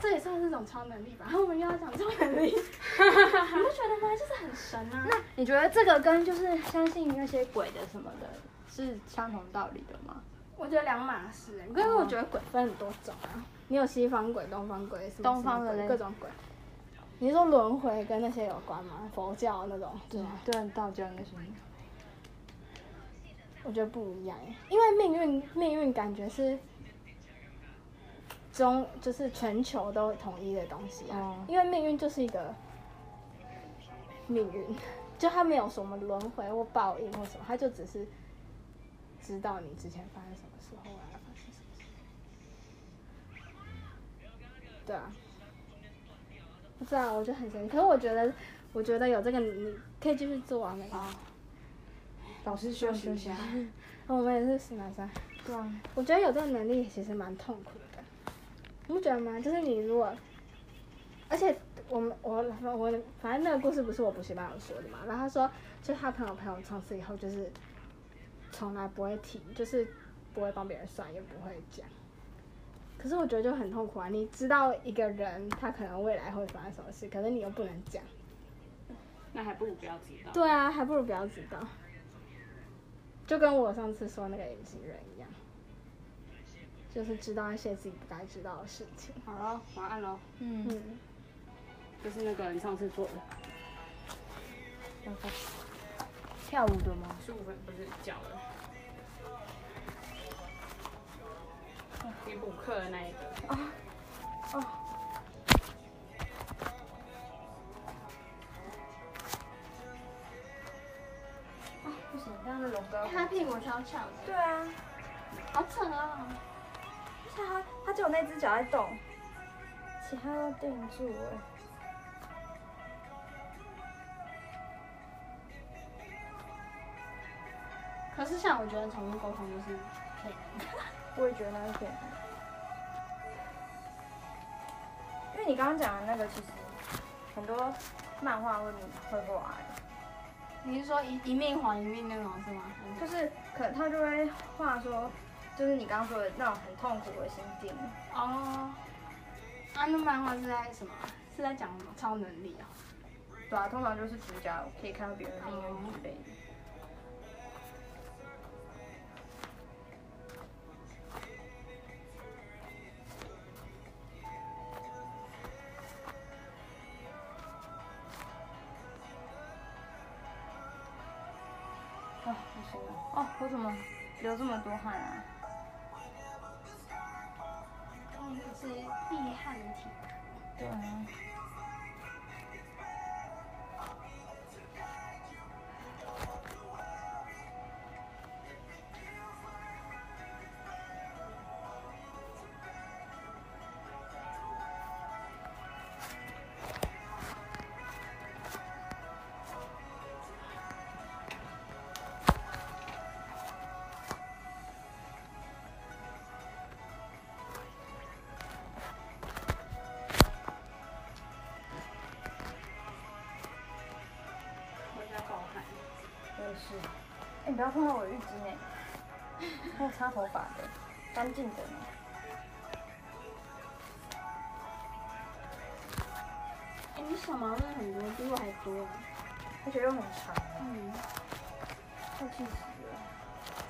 Speaker 1: 这也算是一种超能力吧，然后我们又要讲超能力，你不觉得吗？就是很神啊！
Speaker 2: 那你觉得这个跟就是相信那些鬼的什么的，是相同道理的吗？
Speaker 1: 我觉得两码事，因为我觉得鬼分很多种啊，你有西方鬼、东方鬼，什么
Speaker 2: 东方
Speaker 1: 什
Speaker 2: 的
Speaker 1: 么
Speaker 2: 嘞
Speaker 1: 鬼各种鬼。你是说轮回跟那些有关吗？佛教那种，对啊吗？
Speaker 2: 对，啊道教那些。
Speaker 1: 我觉得不一样耶，因为命运命运感觉是中就是全球都统一的东西啊，
Speaker 2: 哦
Speaker 1: 因为命运就是一个命运， 就它没有什么轮回或报应或什么，它就只是知道你之前发生什么事，后来发生什么事。对啊，不知道，我觉得很神奇。可是我觉得，我觉得有这个，你可以继续做完美。
Speaker 4: 老师休息一下。
Speaker 1: 我们也是石南山。
Speaker 2: 对啊，
Speaker 1: 我觉得有这个能力其实蛮痛苦的，你不觉得吗？就是你如果，而且我们我我反正那个故事不是我补习班有说的嘛，然后他说就是他朋友朋友从此以后就是从来不会提，就是不会帮别人算，也不会讲。可是我觉得就很痛苦啊！你知道一个人他可能未来会发生什么事，可是你又不能讲。
Speaker 3: 那还不如不要知道。
Speaker 1: 对啊，还不如不要知道。就跟我上次说那个隐形人一样，就是知道一些自己不该知道的事情。
Speaker 3: 好了，晚安喽。
Speaker 2: 嗯，
Speaker 1: 嗯，
Speaker 3: 就是那个你上次做的，
Speaker 4: 跳舞的吗？
Speaker 3: 十五分不是脚的。
Speaker 4: 嗯
Speaker 3: 你补课的那一个，
Speaker 2: 哦，啊，不行，这样的龙哥，
Speaker 1: 他屁股超翘的，
Speaker 2: 对啊，
Speaker 1: 好扯哦。
Speaker 2: 而且他他只有那只脚在动，其他都定住了。
Speaker 1: 可是像我觉得宠物沟通就是可以的，
Speaker 2: 我也觉得那是骗人的。因为你刚刚讲的那个，其实很多漫画会会画欸，
Speaker 1: 你是说一一命还一命那种是吗？还
Speaker 2: 就是是可能他就会画说，就是你刚刚说的那种很痛苦的心境。
Speaker 1: 哦，啊，那漫画是在什么？是在讲什么超能力啊？
Speaker 2: 对啊，通常就是主角可以看到别人的命运之类的。啊，不行了！哦，我怎么流这么多汗啊？
Speaker 1: 嗯，是厉害体。
Speaker 2: 对啊。
Speaker 3: 我在爆汗。
Speaker 2: 我也是。哎、你不要碰到我的浴巾 哎、还有擦头发的， 干净的呢。
Speaker 1: 哎，你小毛真的很多，比我还多。啊
Speaker 2: 而且又很长，
Speaker 1: 嗯，
Speaker 2: 快气死了。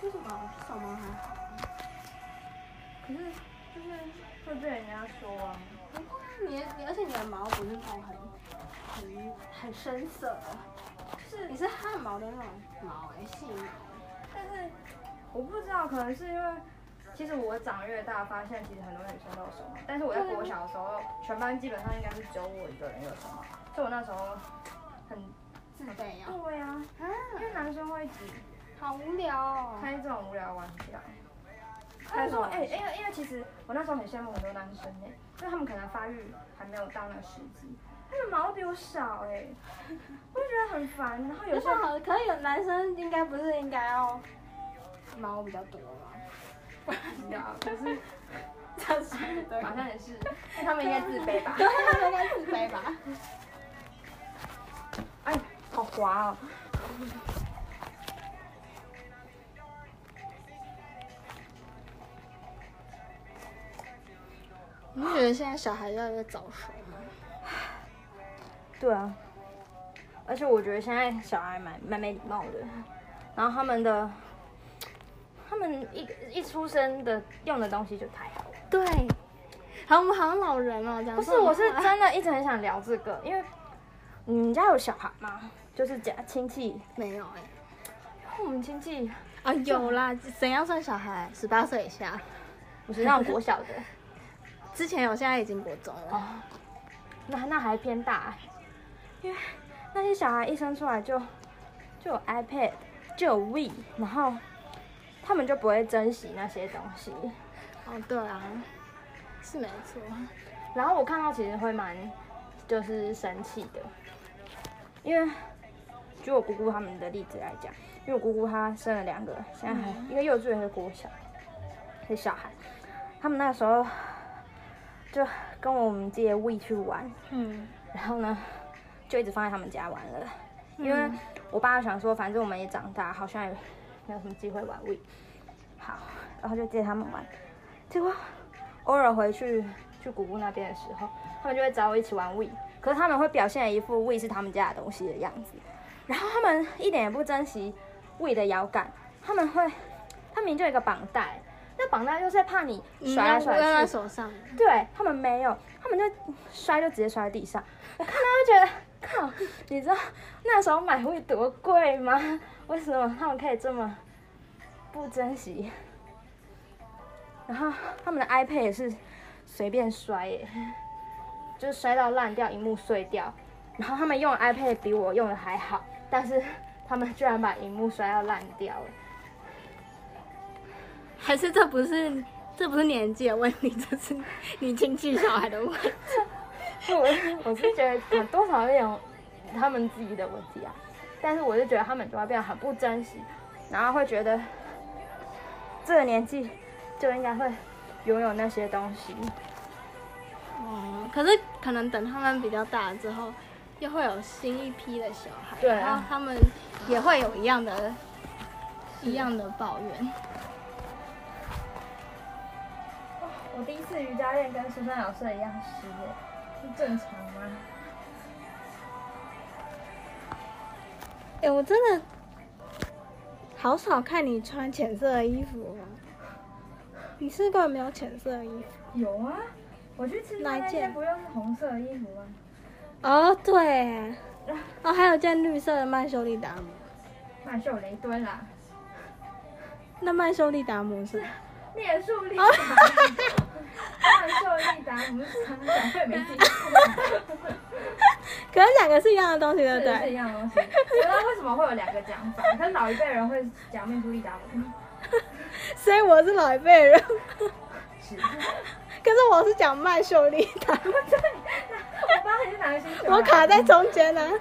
Speaker 1: 为什么小毛还好？
Speaker 2: 可是 就是会被人家说啊。
Speaker 1: 不会啊你的你而且你的毛不是那种很很很深色的，
Speaker 2: 是
Speaker 1: 你是汗毛的那种毛哎、细毛。
Speaker 2: 但是我不知道，可能是因为其实我长越大，发现其实很多女生都有手毛，但是我在
Speaker 1: 对啊
Speaker 2: 国小的时候，全班基本上应该是只有我一个人有手毛，所以我那时候很
Speaker 1: 自卑啊！
Speaker 2: 对啊，
Speaker 1: 哦啊，
Speaker 2: 因为男生会一直
Speaker 1: 好无聊哦。
Speaker 2: 开这种无聊玩笑。他就说：“哎、因为因为其实我那时候很羡慕很多男生哎、因为他们可能发育还没有到那个时机，他们毛比我少哎、我就觉得很烦。然后有
Speaker 1: 有
Speaker 2: 时
Speaker 1: 时候
Speaker 2: 候
Speaker 1: 好，可是有男生应该不是应该要毛比较多吗？
Speaker 2: 知道，可 是
Speaker 1: 这样是的
Speaker 2: 好像也是，因为他们应该自卑吧
Speaker 1: 对，？他们应该自 卑吧？
Speaker 2: 哎，好滑哦。
Speaker 1: 你觉得现在小孩越来越早熟吗？
Speaker 2: 对啊，而且我觉得现在小孩蛮蛮没礼貌的，然后他们的，他们一一出生的用的东西就太好了。
Speaker 1: 对，好，我们好像老人哦，讲
Speaker 2: 不
Speaker 1: 这
Speaker 2: 是，
Speaker 1: 种
Speaker 2: 我是
Speaker 1: 话
Speaker 2: 真的一直很想聊这个，因为你们家有小孩吗？就是家亲戚，
Speaker 1: 没有哎、
Speaker 2: 我们亲戚
Speaker 1: 啊有啦，怎样算小孩？十八岁以下，
Speaker 2: 我是那种国小的，
Speaker 1: 之前有，现在已经国中
Speaker 2: 哦
Speaker 1: 了。
Speaker 2: 那那还偏大，啊因为那些小孩一生出来就就有 iPad，就有 We，然后他们就不会珍惜那些东西。
Speaker 1: 哦，对啊，是没错。
Speaker 2: 然后我看到其实会蛮就是生气的，因为举我姑姑他们的例子来讲，因为我姑姑她生了两个，现在还一个幼稚园一个国小的小孩，他们那时候就跟我们借 We 去玩，
Speaker 1: 嗯，
Speaker 2: 然后呢就一直放在他们家玩了，因为我爸想说反正我们也长大，好像也没有什么机会玩 We，好，然后就借他们玩，结果偶尔回去去姑姑那边的时候，他们就会找我一起玩 We，可是他们会表现得一副 We 是他们家的东西的样子，然后他们一点也不珍惜 We 的摇杆，他们会，他们明明就有一个绑带，那绑带就是怕你甩来甩
Speaker 1: 要要在
Speaker 2: 去，
Speaker 1: 手上，
Speaker 2: 对他们没有，他们就摔就直接摔在地上。我看到就觉得，靠，你知道那时候买会多贵吗？为什么他们可以这么不珍惜？然后他们的 iPad 也是随便摔耶，就是摔到烂掉，荧幕碎掉。然后他们用的 iPad 比我用的还好，但是 他们居然把荧幕摔到烂掉了。
Speaker 1: 还是这不是这不是年纪的问题，这是 你亲戚小孩的问题。
Speaker 2: 我我是觉得多少有点他们自己的问题啊，但是我就觉得他们就会变得很不珍惜，然后会觉得这个年纪就应该会拥有那些东西。
Speaker 1: 哦，可是可能等他们比较大之后，又会有新一批的小孩，
Speaker 2: 对啊
Speaker 1: 然后他们也会有一样的、一样的抱怨。
Speaker 2: 我第一次瑜伽练跟苏珊老师一样湿耶，是正常吗？
Speaker 1: 哎、我真的好少看你穿浅色的衣服哦。你是根本没有浅色的衣服
Speaker 2: 有啊，我去吃饭
Speaker 1: 哪
Speaker 2: 那
Speaker 1: 一
Speaker 2: 些
Speaker 1: 件
Speaker 2: 不就是红色的衣服啊吗？
Speaker 1: 哦，对，哦，还有件绿色的曼秀丽达姆，
Speaker 2: 曼秀雷敦啦，
Speaker 1: 那曼秀丽达姆是
Speaker 2: 列树立达姆，曼秀丽达姆是啥？两会没记住。
Speaker 1: 可是两个是一样的东西，对不
Speaker 2: 是
Speaker 1: 对
Speaker 2: 一？样的东西。我不知道为什么会有两个讲法，可是老一辈人会讲面出力达姆，
Speaker 1: 所以我是老一辈人，
Speaker 2: 是，
Speaker 1: 可是我是讲曼秀丽达姆，
Speaker 2: 我不知道你是哪个星球来的。
Speaker 1: 我卡在中间啊呢、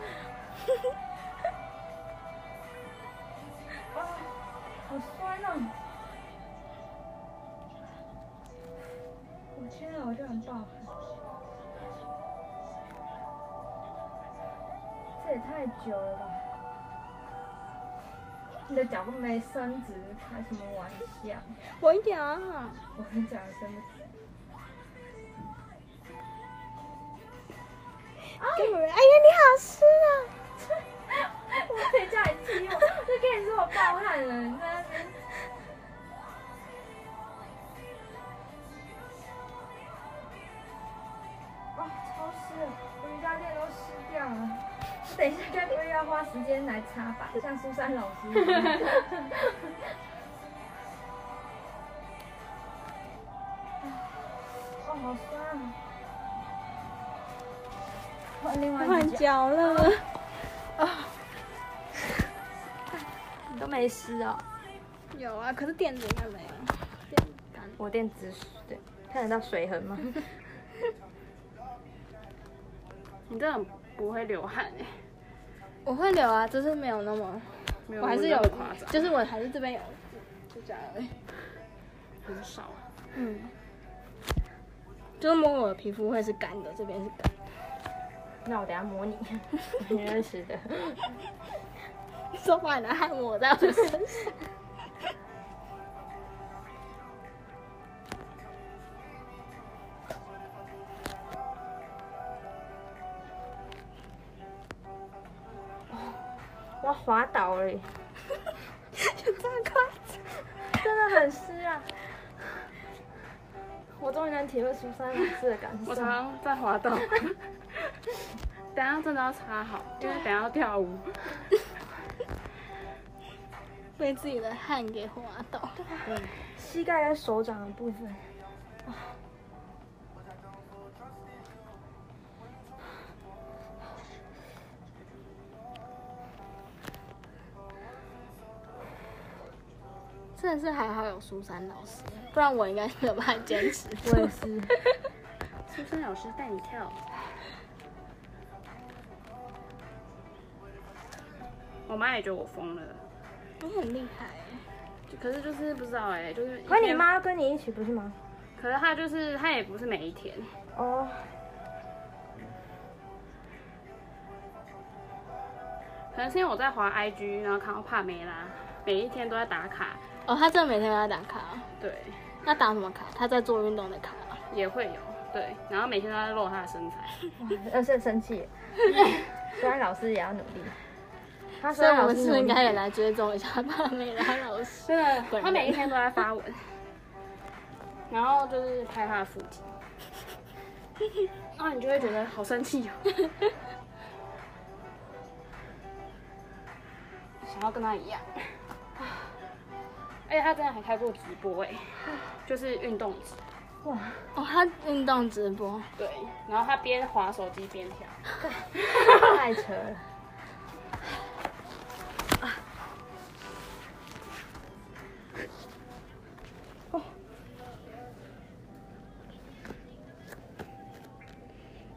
Speaker 2: 哦，好酸哦！我现在我就很爆汗，这也太久了吧？你的脚都没伸直，开什么玩笑？
Speaker 1: 我啊痒，
Speaker 2: 我跟你讲，真的。
Speaker 1: 根本哎呀，你好湿啊！
Speaker 2: 我可以叫你踢我，就跟你说我暴汗了，你在那边。哦，超湿了，我瑜伽垫都湿掉了。等一下，该不会要花时间来擦吧？像苏珊老师一样。哦，好酸啊！换另外一
Speaker 1: 换
Speaker 2: 只脚
Speaker 1: 脚了，
Speaker 2: 你都没湿哦。
Speaker 1: 有啊，可是垫子应该没有。
Speaker 2: 我垫子是对，看得到水痕吗？
Speaker 3: 你真的很不会流汗哎、
Speaker 1: 我会留啊，只是没有那么，
Speaker 3: 没有
Speaker 1: 我还是
Speaker 3: 那
Speaker 1: 有
Speaker 3: 么夸张，，
Speaker 1: 就是我还是这边有，就这样而已。
Speaker 3: 很少。啊
Speaker 1: 嗯，就是摸我的皮肤会是干的，这边是干的。
Speaker 2: 那我等下模 拟，你认识的。
Speaker 1: 你说把你的汗抹在我身上，
Speaker 2: 哇，滑倒了耶，
Speaker 1: 就这样夸张。
Speaker 2: 真的很湿啊！我终于能体会苏珊老师的感
Speaker 3: 我
Speaker 2: 受。
Speaker 3: 常常在滑倒， 等一下真的要擦好，因为等一下要跳舞。
Speaker 1: 被自己的汗给滑倒。
Speaker 2: 膝盖跟手掌的部分。
Speaker 1: 真的是还好有苏珊老师，不然我应该没有办法坚持。
Speaker 2: 我也 是。
Speaker 3: 苏珊老师带你跳。我妈也觉得我疯了，
Speaker 1: 我很厉害耶，
Speaker 3: 就可是就是不知道哎、就是一
Speaker 2: 可你
Speaker 3: 天，
Speaker 2: 妈跟你一起不是吗？
Speaker 3: 可是她就是她也不是每一天，
Speaker 2: 哦，
Speaker 3: 可能是因为我在滑 IG，然后看到帕梅拉每一天都在打卡，
Speaker 1: 哦，他真的每天都在打卡哦，
Speaker 3: 对，
Speaker 1: 那打什么卡？他在做运动的卡哦。
Speaker 3: 也会有对，然后每天都在露她的身材，
Speaker 2: 而且呃生气 耶。苏珊老师也要努 力。她
Speaker 1: 所以我
Speaker 2: 老
Speaker 1: 们
Speaker 2: 师
Speaker 1: 是不是应
Speaker 2: 努力
Speaker 1: 该也来追踪一下帕梅拉老师？
Speaker 3: 对她
Speaker 1: 人
Speaker 3: 每一天都在发文， 然后就是拍她的腹 肌，啊然后你就会觉得好生气哦， 想要跟她一样， 欸而且她真的还开过直播哎，就是运动直，
Speaker 4: 哇，
Speaker 1: 哦，他运动直播，
Speaker 3: 对，然后他边滑手机边 跳，
Speaker 4: 太扯了。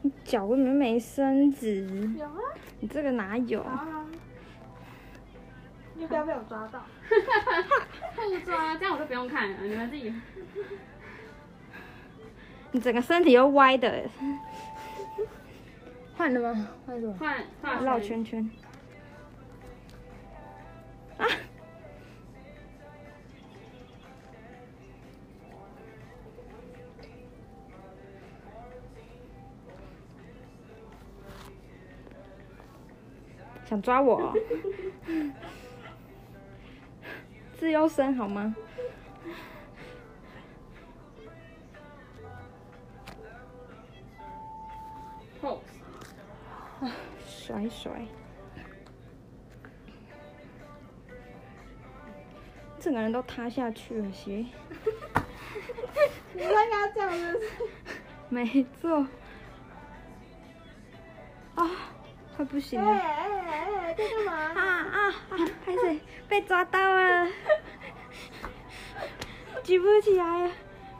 Speaker 2: 你脚根本就没伸直，
Speaker 1: 有啊，
Speaker 2: 你这个哪有？
Speaker 1: 啊，你不要被我抓 到。
Speaker 3: 互抓，这样我就不用看了，你们自己。
Speaker 2: 你整个身体又 歪的。欸换了吗？换什么？
Speaker 3: 换换
Speaker 2: 绕圈圈。啊！想抓我、哦？ 自由身好吗？
Speaker 3: pose，
Speaker 2: 甩甩，整个人都塌下去 了些。
Speaker 1: 你在跟他讲的是，
Speaker 2: 没错。啊，快不行了！
Speaker 1: 哎哎哎，在干嘛？
Speaker 2: 啊啊啊！拍谁？被抓到了，举不起来了，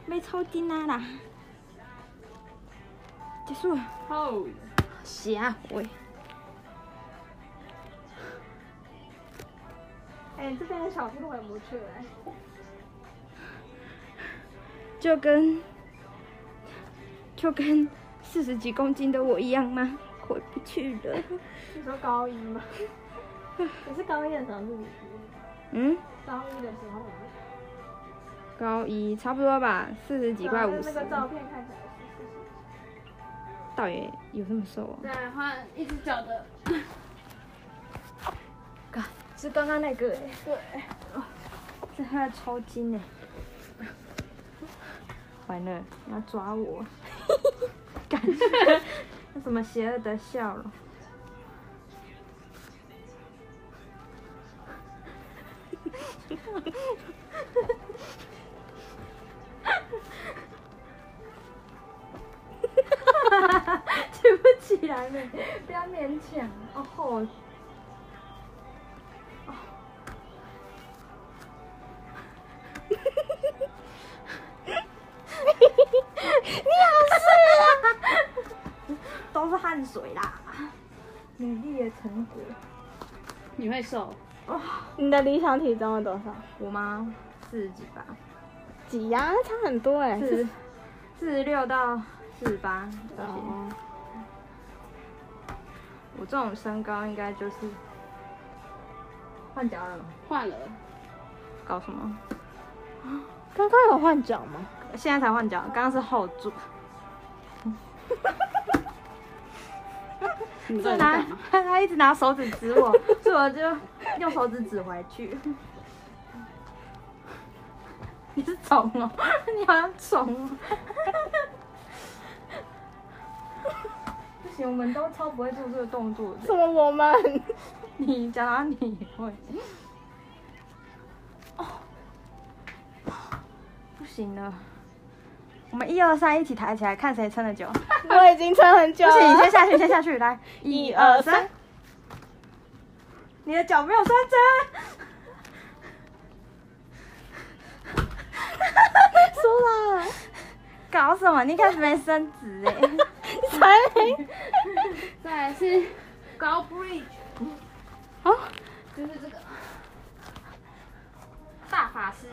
Speaker 2: 被抽筋了啦！结束了，
Speaker 3: pose，
Speaker 2: 吓回。
Speaker 1: 哎、这边的小腹回不去了、
Speaker 2: 就跟就跟四十几公斤的我一样吗？ 回不去了。
Speaker 1: 你说高一吗？ 你是高一的时候录的，
Speaker 2: 嗯，
Speaker 1: 高一的时候吗
Speaker 2: 高一差不多吧，四十几块
Speaker 1: 然后
Speaker 2: 五
Speaker 1: 啊那
Speaker 2: 十，
Speaker 1: 个照片看起来是是是
Speaker 2: 倒也有这么瘦啊。
Speaker 3: 再换一只脚的，
Speaker 4: 是刚刚那个哎、
Speaker 2: 这还要抽筋呢、完了，你要抓我！感觉那什么邪恶的笑容。
Speaker 4: 举不起来了，不要勉强。哦吼！哦
Speaker 2: 都是汗水啦。
Speaker 4: 努力的成果。
Speaker 3: 你会瘦，
Speaker 1: 你的理想体重有多少？
Speaker 2: 我吗？四十几吧，
Speaker 1: 几呀、差很多哎、
Speaker 2: 四十四十六到四十八这些。
Speaker 1: 哦，
Speaker 2: 我这种身高应该就是
Speaker 4: 换脚了吗？
Speaker 3: 换了，
Speaker 2: 搞什么？
Speaker 1: 刚刚有换脚吗？
Speaker 2: 现在才换脚，刚刚是后座。
Speaker 3: 你
Speaker 2: 他
Speaker 3: 们到底在
Speaker 2: 拿
Speaker 3: 干嘛？
Speaker 2: 他他一直拿手指指我，所以我就用手指指回去。 你是虫哦，你好像虫哦。
Speaker 4: 不行，我们都超不会做这个动作的。
Speaker 1: 什么我 们？
Speaker 2: 你讲到你也会。哦，不行了，我们一二三一起抬起来，看谁撑得久。
Speaker 1: 我已经撑很久
Speaker 2: 不
Speaker 1: 了。
Speaker 2: 行，你先下去，先下去， 来，
Speaker 1: 一二三。
Speaker 2: 你的脚没有伸直。啊
Speaker 1: 输了，
Speaker 2: 搞什么？你一开始没伸 直哎、
Speaker 1: 才没。
Speaker 3: 再来是高 bridge，啊
Speaker 2: 哦，
Speaker 3: 就是这个大法师，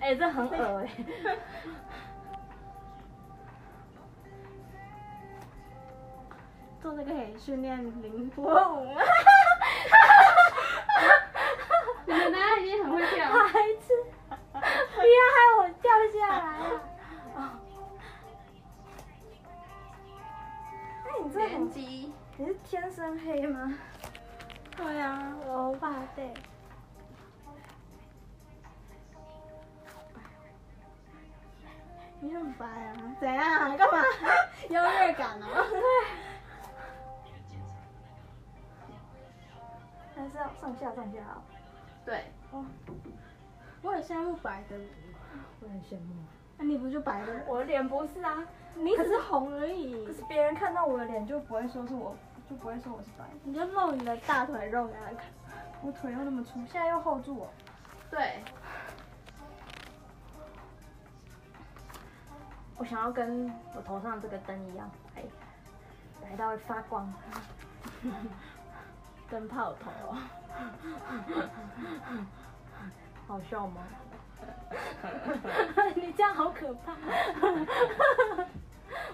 Speaker 4: 哎、这很恶哎、
Speaker 3: 欸
Speaker 1: 做这个可以训练凌波舞 吗？
Speaker 3: 你们大家已经很会跳，
Speaker 4: 不要害我掉下来了。哎、你这
Speaker 3: 拳
Speaker 4: 很，
Speaker 3: 击，
Speaker 4: 你是天生黑吗？
Speaker 1: 对啊，我怕对。你很白啊？怎样？干嘛？ 优越感哦。
Speaker 4: 还是要上下上下哦。
Speaker 3: 对，
Speaker 1: 我很羡慕白的你，
Speaker 4: 我很羡慕。
Speaker 1: 那你不就白了？
Speaker 2: 我的脸不是啊，
Speaker 1: 你只是红而已
Speaker 2: 可，是别人看到我的脸就不会说是我，就不会说我是白的。
Speaker 1: 你就露你的大腿肉给他看。
Speaker 2: 我腿又那么粗，现在又 hold 住我。
Speaker 3: 对，
Speaker 2: 我想要跟我头上这个灯一样，哎，来到发光，灯泡头、哦，好笑吗？你这样好可怕！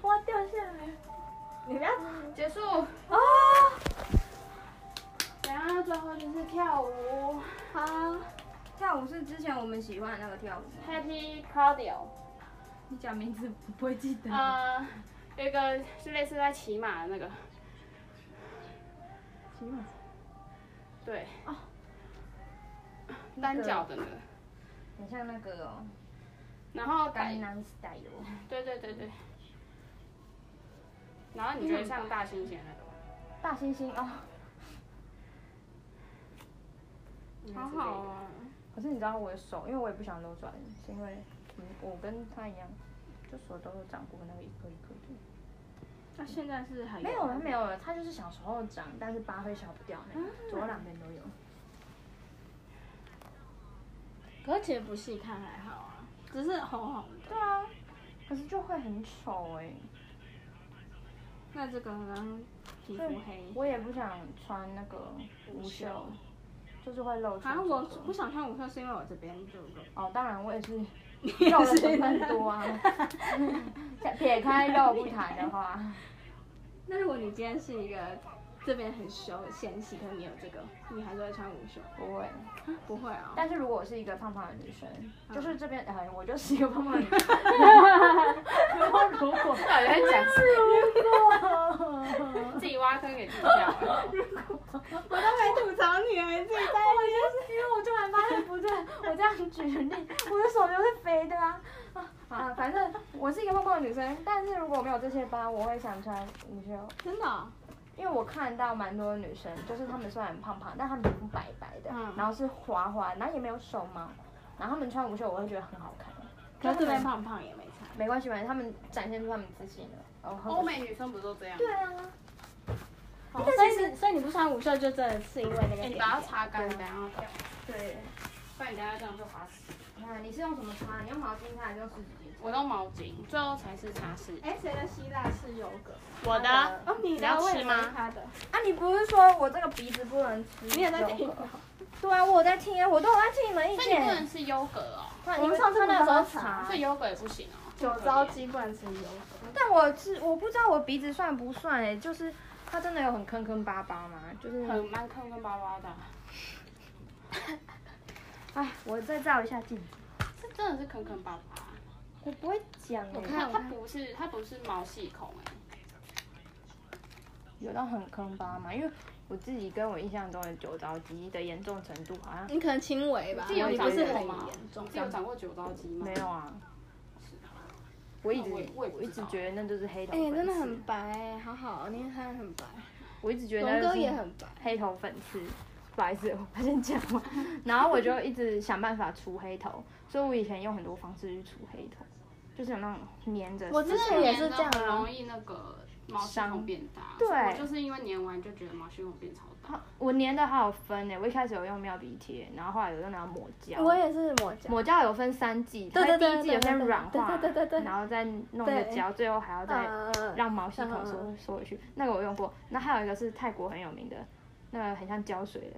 Speaker 2: 我要掉下来！
Speaker 1: 你不要
Speaker 3: 结束。
Speaker 2: 啊！
Speaker 3: 然后最后就是跳舞
Speaker 6: 好，跳舞是之前我们喜欢的那个跳舞，
Speaker 3: ，Happy Cardio。
Speaker 6: 你讲名字不会记得。
Speaker 3: 呃，有一个是类似在骑马的那个。骑马。对。哦。单脚的那个，
Speaker 2: 很像那个哦，
Speaker 3: 然
Speaker 2: 《
Speaker 3: 后
Speaker 2: 甘
Speaker 3: 改，
Speaker 2: 南 style》哦。
Speaker 3: 对对对对。然后你觉得像大猩啊猩那个
Speaker 2: 大猩猩哦，
Speaker 1: 嗯
Speaker 3: 吗？好好啊。
Speaker 2: 可是你知道我的手，因为我也不想扭转，是因为嗯我跟他一样，就手都有长过那个一颗一颗的。
Speaker 1: 那现在是还
Speaker 2: 没有了，没有了，他就是小时候长，但是疤会消不掉那个，左右两边都有。
Speaker 1: 可是其实不细看还好啊，只是红红的。
Speaker 2: 对啊，可是就会很丑哎、
Speaker 1: 那这个呢？皮肤
Speaker 2: 所以
Speaker 1: 黑。
Speaker 2: 我也不想穿那个无袖，就是会露出。
Speaker 4: 啊
Speaker 1: 反正我不想穿无袖，是因为我这边就
Speaker 2: 哦，当然我也是肉了分分多啊。撇开肉不谈的话，
Speaker 1: 那如果你今天是一个这边很修纤细，可是你有这个，你还是会穿无袖？
Speaker 2: 不会。
Speaker 1: 不会啊、
Speaker 2: 但是如果我是一个胖胖的女生，就是这边哎，我就是一个胖胖的女生。然后如果
Speaker 3: 到底在讲什么？自己挖坑给自己跳。啊
Speaker 1: 我都没吐槽你，还自己在。
Speaker 2: 我就是因为我突然发现不对，我这样举 例，我的手就是肥的啊啊啊！反正我是一个胖胖的女生，但是如果没有这些疤，我会想穿无袖，
Speaker 1: 真的哦、
Speaker 2: 因为我看到蛮多女生，就是她们虽然胖胖，但她们皮肤白白的，
Speaker 1: 嗯
Speaker 2: 然后是滑滑，然后也没有手毛，然后她们穿无袖，我会觉得很好看。
Speaker 1: 可是这边胖胖也没差。
Speaker 2: 没关系，反正她们展现出她们自信了。哦，喝
Speaker 3: 欧
Speaker 2: 口
Speaker 3: 美女生不是都这样？
Speaker 2: 对啊，
Speaker 1: 所以你所以你不穿无袖就真的是因为那个
Speaker 3: 哎
Speaker 1: 点
Speaker 3: 你
Speaker 1: 点。
Speaker 3: 把它擦干，等一下要跳，
Speaker 2: 对。
Speaker 3: 不然你等一下这样就滑死。
Speaker 6: 啊，你是用什么擦？你用毛巾擦还是用湿纸巾？
Speaker 3: 我用毛巾，最后才是擦拭。
Speaker 1: 哎，谁的希腊是优格？
Speaker 3: 我的
Speaker 2: 呃
Speaker 1: 哦，你
Speaker 3: 你要
Speaker 1: 的我
Speaker 3: 吃
Speaker 1: 也
Speaker 3: 吗
Speaker 1: 没他的，
Speaker 2: 啊，你不是说我这个鼻子不能吃？
Speaker 1: 你也在听。
Speaker 2: 对啊，我有在听啊，我都有在听你们意
Speaker 3: 所以你不能
Speaker 2: 见。
Speaker 3: 吃优格哦，
Speaker 2: 看
Speaker 1: 我
Speaker 2: 你
Speaker 1: 们
Speaker 2: 们
Speaker 1: 上
Speaker 2: 上
Speaker 1: 次
Speaker 2: 次
Speaker 1: 不
Speaker 2: 那时
Speaker 1: 是
Speaker 2: 候
Speaker 1: 有查
Speaker 2: 查
Speaker 3: 所，以优格也不行哦。
Speaker 1: 酒糟鸡不能吃优格。
Speaker 2: 但我是我不知道我鼻子算不算哎、就是它真的有很坑坑巴巴嘛，就是
Speaker 3: 很蛮坑坑巴巴的啊，
Speaker 2: 哎，我再照一下镜子，
Speaker 3: 这真的是坑坑巴巴。
Speaker 2: 我不会讲哎、
Speaker 3: 它它不是它不是毛细孔哎，
Speaker 2: 有到很坑巴嘛，因为我自己跟我印象中的酒糟肌的严重程度好像
Speaker 1: 你可能轻微吧，
Speaker 3: 自己有
Speaker 1: 你
Speaker 3: 长
Speaker 1: 不是
Speaker 3: 过
Speaker 1: 很
Speaker 3: 吗
Speaker 1: 严重
Speaker 3: 你。有长过酒糟肌吗？
Speaker 2: 没有啊。我一直
Speaker 3: 那我也我也不
Speaker 2: 我一
Speaker 3: 知
Speaker 2: 直
Speaker 3: 道
Speaker 2: 觉得那就是黑头
Speaker 1: 哎、
Speaker 2: 粉刺，
Speaker 1: 真的很白、好好，你看很白，
Speaker 2: 我一直觉得
Speaker 1: 龙
Speaker 2: 那就
Speaker 1: 哥
Speaker 2: 是
Speaker 1: 也很白。
Speaker 2: 黑头粉刺，不好意思，我发现讲完， 然后我就一直想办法除黑头，所以我以前用很多方式去除黑头，就是有那种粘着。
Speaker 1: 我之
Speaker 3: 之
Speaker 1: 前
Speaker 3: 前
Speaker 1: 也是这样
Speaker 3: 很
Speaker 1: 啊
Speaker 3: 容，易那个毛细孔变大。
Speaker 2: 对
Speaker 3: 我就是因为粘完就觉得毛细孔变超大。
Speaker 2: 我粘的还有分欸呢、我一开始有用妙笔贴，然后后来有用那个抹胶。
Speaker 1: 我也是抹角。
Speaker 2: 抹胶有分三季，
Speaker 1: 对对对
Speaker 2: 它第一季有先软化，
Speaker 1: 对对对对对
Speaker 2: 然后再弄个胶，最后还
Speaker 3: 呃
Speaker 2: 要再
Speaker 1: 嗯
Speaker 2: 让毛细孔缩
Speaker 1: 嗯
Speaker 2: 缩回去。那个我用过，那还有一个是泰国很有名的，那个很像胶水的，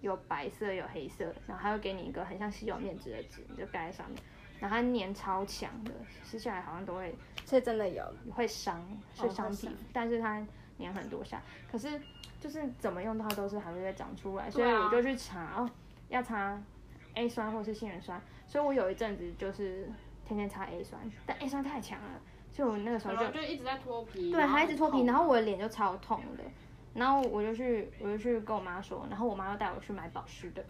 Speaker 2: 有白色有黑色，然后还会给你一个很像吸油面纸的纸，你就盖在上面，然后它粘超强的，撕下来好像都会
Speaker 1: 所以真的有，
Speaker 2: 会伤，是伤
Speaker 1: 会
Speaker 2: 皮
Speaker 1: 伤
Speaker 2: 肤，但是它粘很多下，可是就是怎么用它都是还会再长出来，所以
Speaker 3: 对啊
Speaker 2: 我就去查哦，要擦 A 酸或是杏仁酸，所以我有一阵子就是天天擦 A 酸，但 A 酸太强了，所以我那个时候
Speaker 3: 然
Speaker 2: 就
Speaker 3: 后就一直在脱皮，
Speaker 2: 对，它一直脱皮，然后
Speaker 3: 后
Speaker 2: 我的脸就超痛的，然后我就去我就去跟我妈说，然后我妈又带我去买保湿的，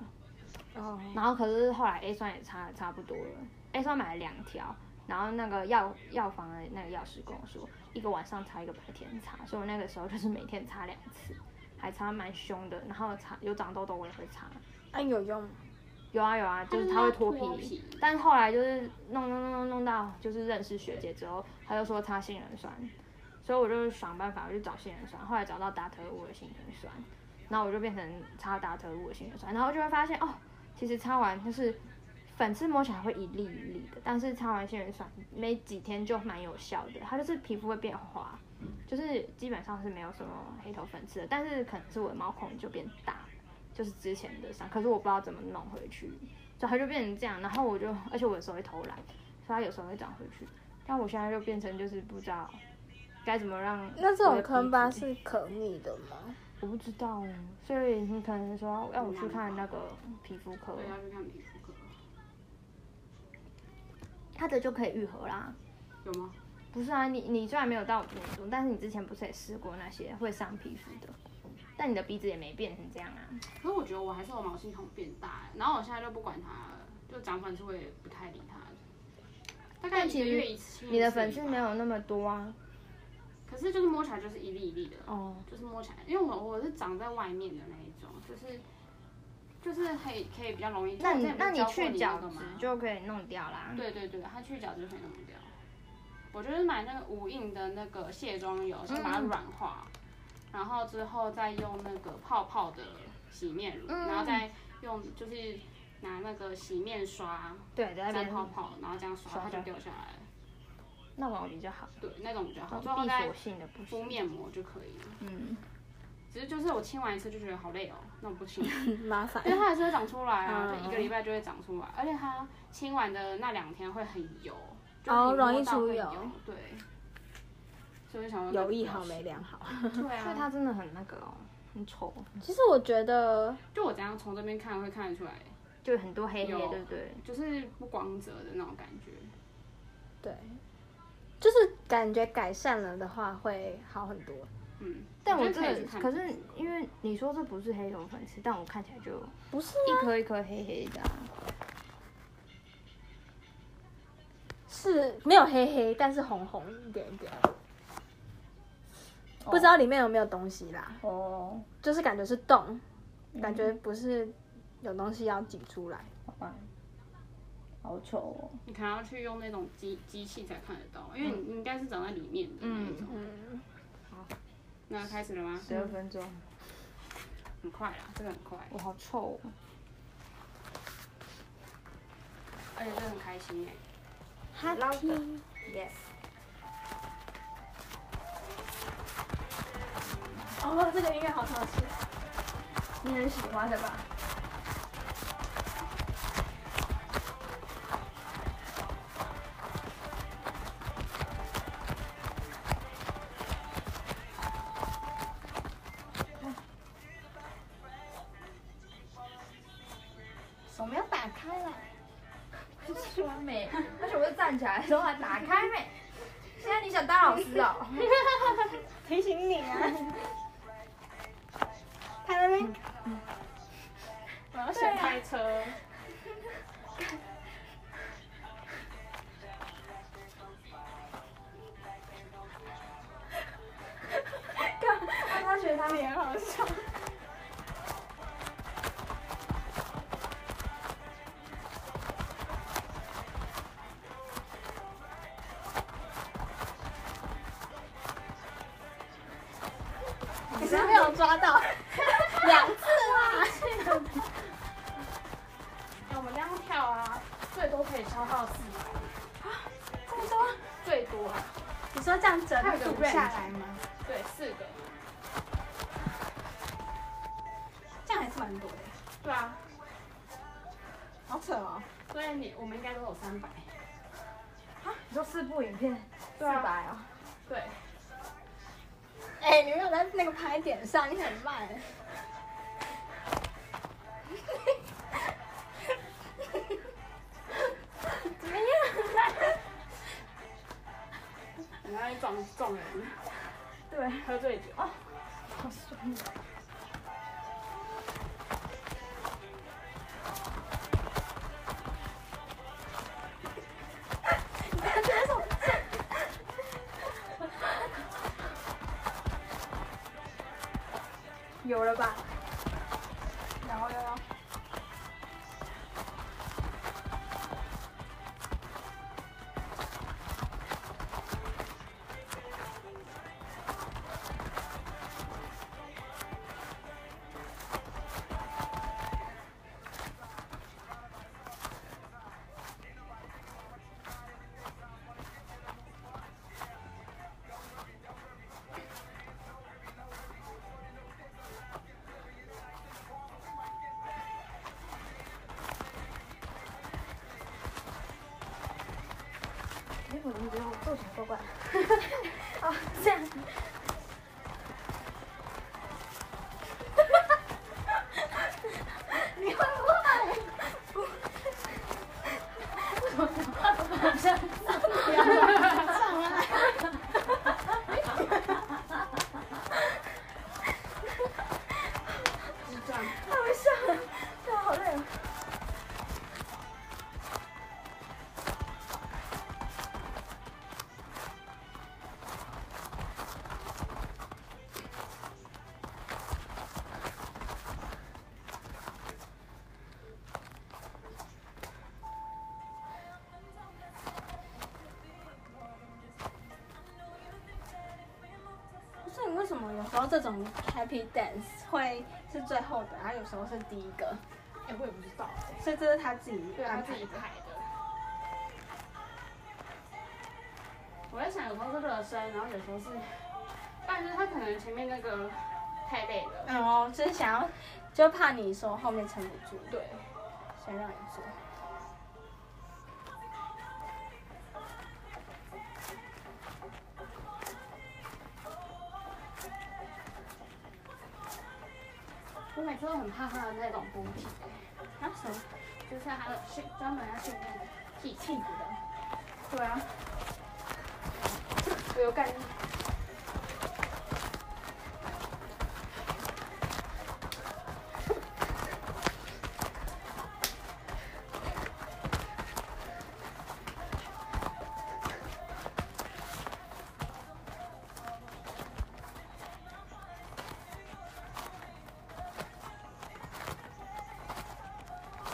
Speaker 1: 哦，
Speaker 2: 然后可是后来 A 酸也擦的差不多了，A 酸买了两条，然后那个药药房的那个药师跟我说，一个晚上擦，一个白天擦，所以我那个时候就是每天擦两次，还擦蛮凶的，然后擦有长痘痘我也会擦，
Speaker 1: 啊有用吗，
Speaker 2: 有啊有啊，就是他会脱皮，但是后来就是弄弄弄弄弄到就是认识学姐之后，他就说擦杏仁酸，所以我就想办法我就找杏仁酸，后来找到达特乌的杏仁酸，然后我就变成擦达特乌的杏仁酸，然后就会发现哦，其实擦完就是粉刺摸起来会一粒一粒的，但是擦完杏仁酸没几天就蛮有效的，它就是皮肤会变滑，就是基本上是没有什么黑头粉刺的，但是可能是我的毛孔就变大了。就是之前的伤，可是我不知道怎么弄回去，所以它就变成这样。然后我就，而且我有时候会偷懒，所以它有时候会长回去。但我现在就变成就是不知道该怎么让。
Speaker 1: 那这种坑疤是可逆的吗？
Speaker 2: 我不知道哦，所以你可能说要我去看那个皮肤科，
Speaker 3: 对，要去看皮肤科，
Speaker 2: 它的就可以愈合啦。
Speaker 3: 有吗？
Speaker 2: 不是啊，你你虽然没有到严重，但是你之前不是也试过那些会伤皮肤的？但你的鼻子也没变成这样啊。
Speaker 3: 可是我觉得我还是有毛细孔变大，然后我现在就不管它了，就长粉刺我也不太理它了大概一个月一次。
Speaker 2: 你的粉刺没有那么多啊。
Speaker 3: 可是就是摸起来就是一粒一粒的，
Speaker 2: 哦，
Speaker 3: 就是摸起来，因为我我是长在外面的那一种，就是就是可以可以比较容易。
Speaker 2: 那
Speaker 3: 我之
Speaker 2: 你
Speaker 3: 前不
Speaker 2: 那
Speaker 3: 是
Speaker 2: 你去
Speaker 3: 教过你
Speaker 2: 角
Speaker 3: 那个
Speaker 2: 质
Speaker 3: 吗
Speaker 2: 就可以弄掉啦。
Speaker 3: 对对对，它去角质就可以弄掉。我就是买那个无印的那个卸妆油，先把它
Speaker 2: 嗯
Speaker 3: 软化，然后之后再用那个泡泡的洗面乳，然
Speaker 2: 嗯
Speaker 3: 后再用就是拿那个洗面刷
Speaker 2: 对，在那
Speaker 3: 沾
Speaker 2: 边
Speaker 3: 泡泡，然后这样刷
Speaker 2: 刷
Speaker 3: 它就
Speaker 2: 掉
Speaker 3: 掉下来了。
Speaker 2: 那玩我比较好，
Speaker 3: 对，那种比较好，
Speaker 2: 闭
Speaker 3: 最后再
Speaker 2: 锁性的不
Speaker 3: 敷
Speaker 2: 行。
Speaker 3: 面膜就可以了。
Speaker 2: 嗯，
Speaker 3: 只是就是我清完一次就觉得好累哦， 那我 不清了。
Speaker 1: 麻烦
Speaker 3: 因为它还是会长出来啊，
Speaker 1: 嗯
Speaker 3: 就一个礼拜就会长出来，而且它清完的那两天会很油，就
Speaker 1: 哦
Speaker 3: 你摸
Speaker 1: 容易
Speaker 3: 到
Speaker 1: 出
Speaker 3: 会
Speaker 1: 油
Speaker 3: 油，对。所以我想说
Speaker 1: 有一好没，两好。
Speaker 3: 对啊，
Speaker 2: 所以它真的很那个哦，很丑，
Speaker 1: 其实我觉得
Speaker 3: 就我怎样从这边看会看得出来，
Speaker 2: 就很多黑黑，
Speaker 3: 有
Speaker 2: 对不对？
Speaker 3: 就是不光泽的那种感觉。
Speaker 1: 对，就是感觉改善了的话会好很多。
Speaker 3: 嗯，
Speaker 2: 但
Speaker 3: 我
Speaker 2: 我
Speaker 3: 觉
Speaker 2: 这
Speaker 3: 得可以去
Speaker 2: 个
Speaker 3: 看
Speaker 2: 可是因为你说这不是黑头粉刺，但我看起来就
Speaker 1: 不是
Speaker 2: 一
Speaker 1: 啊，
Speaker 2: 颗一颗黑黑的、啊。
Speaker 1: 是没有黑黑，但是红红一点点。
Speaker 2: 哦
Speaker 1: 不知道里面有没有东西啦，
Speaker 2: 哦，
Speaker 1: 就是感觉是洞，
Speaker 2: 嗯
Speaker 1: 感觉不是有东西要挤出来。
Speaker 2: 好吧，好丑哦。
Speaker 3: 你可能要去用那种机机器才看得到，因为你应该是长在里面的那一种。
Speaker 1: 嗯，
Speaker 3: 那开始了吗？
Speaker 2: 十二分钟，
Speaker 3: 很快啦，这个很快，
Speaker 2: 我好臭、哦。
Speaker 3: 而且这个很开心哎。
Speaker 1: 哈皮
Speaker 2: Yes。
Speaker 1: 哦，这个音乐好好听。
Speaker 2: 你很喜欢的吧？手没有打开啦，说没，而且我就站起来说还打开 没？现在你想当老师哦？
Speaker 1: 提醒你啊。他那边
Speaker 3: 我要先开车。
Speaker 2: 他学他
Speaker 1: 脸好笑。你是没有抓到两次啦。
Speaker 3: 哎我们这样跳啊，最多可以消耗四百，
Speaker 1: 啊这么多？
Speaker 3: 最多啊。
Speaker 1: 你说这样整
Speaker 3: 还有
Speaker 1: 组
Speaker 3: 留
Speaker 1: 下
Speaker 3: 下
Speaker 1: 来
Speaker 3: 来
Speaker 1: 吗？
Speaker 3: 对，四个。
Speaker 1: 这样还是蛮多的，
Speaker 3: 对啊，
Speaker 1: 好扯哦。
Speaker 3: 所以你我们应该都有三百。
Speaker 2: 你说四部影片四
Speaker 3: 啊
Speaker 2: 百啊？
Speaker 3: 对，
Speaker 1: 哎、你没有在那个拍点上，你很慢。怎么样？
Speaker 3: 我们要去撞撞人。
Speaker 2: 对，
Speaker 3: 喝醉酒。哦，
Speaker 2: 好酸的。有了吧？
Speaker 3: 有有有。
Speaker 2: 你们觉得我做起来怪怪的。哦，这样。你会不会？我想上来。太会笑了，对啊，好累哦。
Speaker 1: 不是你为什么有时候这种 happy dance 会是最后的，然后有时候是第一个，
Speaker 3: 哎、我也不知道、哎，
Speaker 1: 所以这是他自己
Speaker 3: 对他
Speaker 1: 安
Speaker 3: 自
Speaker 1: 排
Speaker 3: 己
Speaker 1: 的。
Speaker 3: 排的。我在想，有时候是热身，然后有时候是，但是他可能前面那个太累了，
Speaker 1: 嗯哦，就是想要，就怕你说后面撑不住，
Speaker 3: 对，
Speaker 1: 先让你做。
Speaker 3: 我每次都很怕他的那种补体、
Speaker 1: 啊什么？
Speaker 3: 就是他的训专门要训练屁屁股的，
Speaker 2: 对啊，
Speaker 3: 我有感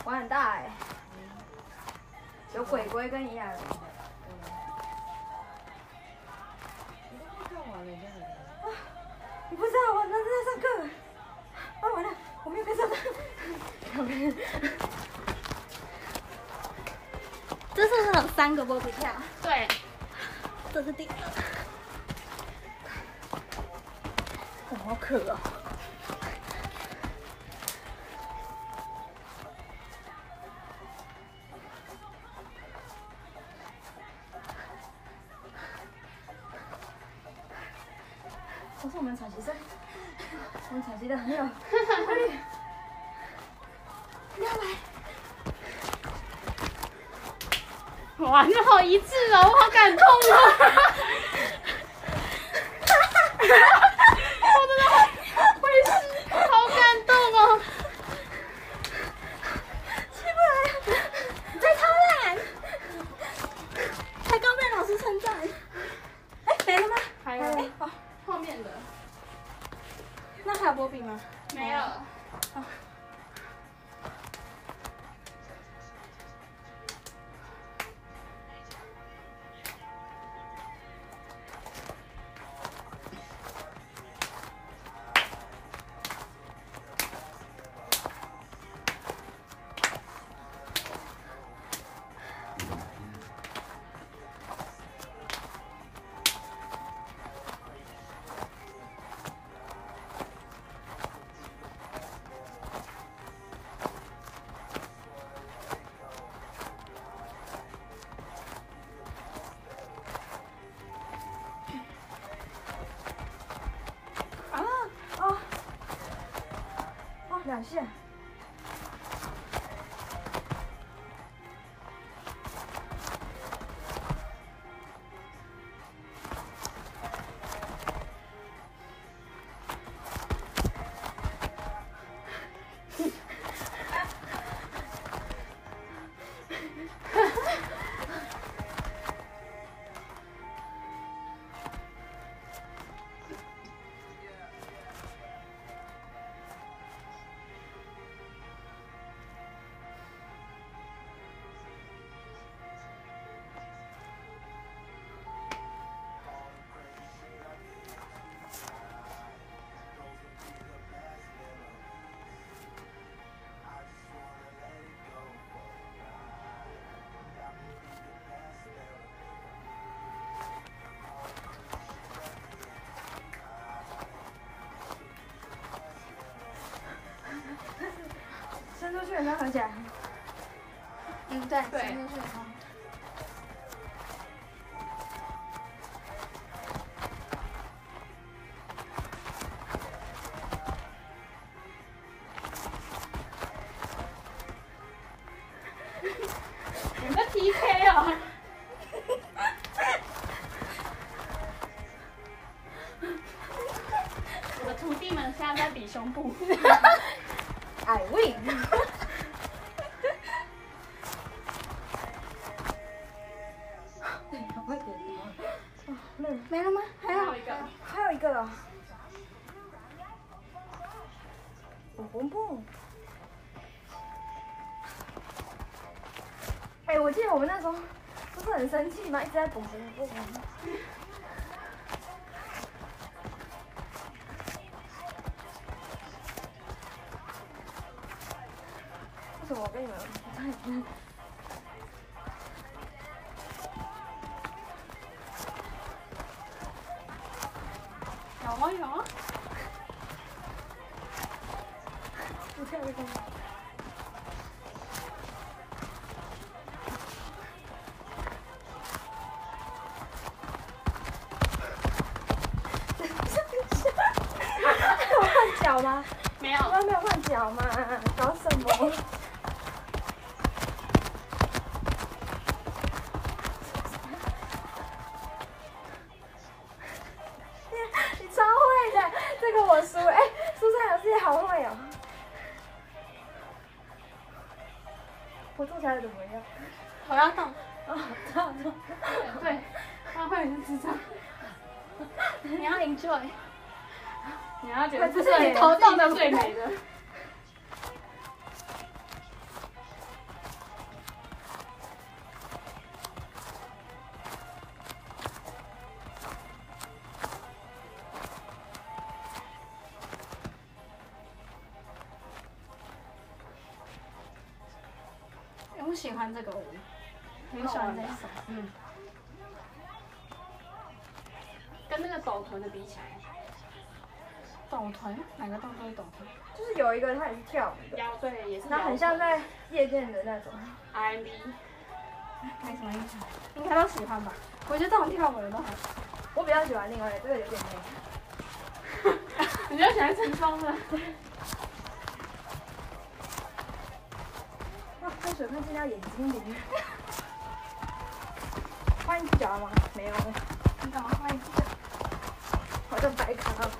Speaker 2: 玩很大哎、有鬼鬼跟炎亚纶。嗯你不知道我那是在上课，啊完了，我没有跟上。
Speaker 1: 这是那种三个波比跳，
Speaker 3: 对，
Speaker 1: 这是第二个。
Speaker 2: 我是我们喘息声，我们喘息的很有活力。不要来，
Speaker 3: 哇，你好一致哦，我好感动哦。 我真的好，我也是，好感动哦。
Speaker 2: 你在偷懒。
Speaker 1: 才刚被老师称赞。哎，没了吗？哎
Speaker 3: 还有、哦、后面的
Speaker 1: 那还有波比吗？
Speaker 3: 没有，
Speaker 2: 啊哦哦，两下。伸出去，人家合起来。
Speaker 1: 嗯，对，
Speaker 3: 对
Speaker 1: 三个是好。
Speaker 3: 弟们现在在比胸部。
Speaker 2: I win。
Speaker 6: 没了吗？还
Speaker 3: 还
Speaker 6: 有
Speaker 3: 有一个，
Speaker 2: 还有一个了。蹦蹦蹦！哎、我记得我们那时候不是很生气吗？一直在蹦蹦蹦。为什么我跟你们不太一样？
Speaker 3: 有啊有啊，
Speaker 2: 不跳这个吗？有换脚吗？
Speaker 3: 没有
Speaker 2: 我。还没有换脚吗？搞什么？ 你超会的，这个我输了。哎、苏珊老师也好会哦。我做起来怎么样？
Speaker 3: 头要动。
Speaker 2: 哦，这样子。
Speaker 3: 对，他会是智障。你要 enjoy，你要觉得这是你头动的最美的。我喜欢这个舞，很喜欢这一首。跟那个抖臀的比起来，抖臀哪个动作是抖臀？
Speaker 2: 就是有一个他也是跳舞的，
Speaker 3: 腰对，也是
Speaker 2: 然后很像在夜店的那种。
Speaker 3: R&B，
Speaker 1: 没什么印象，应该都喜欢吧？我觉得这种跳舞的都好。
Speaker 2: 我比较喜欢另外一个，这个有点累。
Speaker 3: 你就喜欢成功的。
Speaker 2: 哇，开水快进到眼睛里 面。换一只脚了吗？没有，
Speaker 3: 你干嘛换一个？
Speaker 2: 好像白卡了。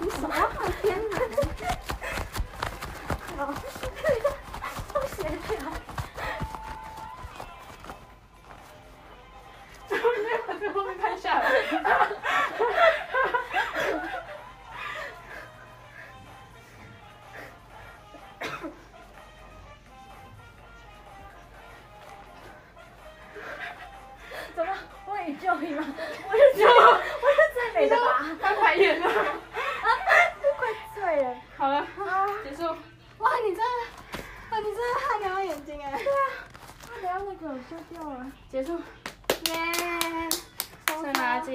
Speaker 3: 你什么？
Speaker 2: 天哪！好，好协调。
Speaker 3: 我在后面看下来。
Speaker 2: 怎么？我也救你吗？我是最，我是最美的吧？
Speaker 3: 翻白眼了。
Speaker 2: 啊，快醉了。啊
Speaker 3: 好了，结束。
Speaker 1: 哇，你真的，哇，你真的汗流到眼睛哎！
Speaker 2: 不要那个，我丢掉了。
Speaker 3: 结束。耶！剩垃圾。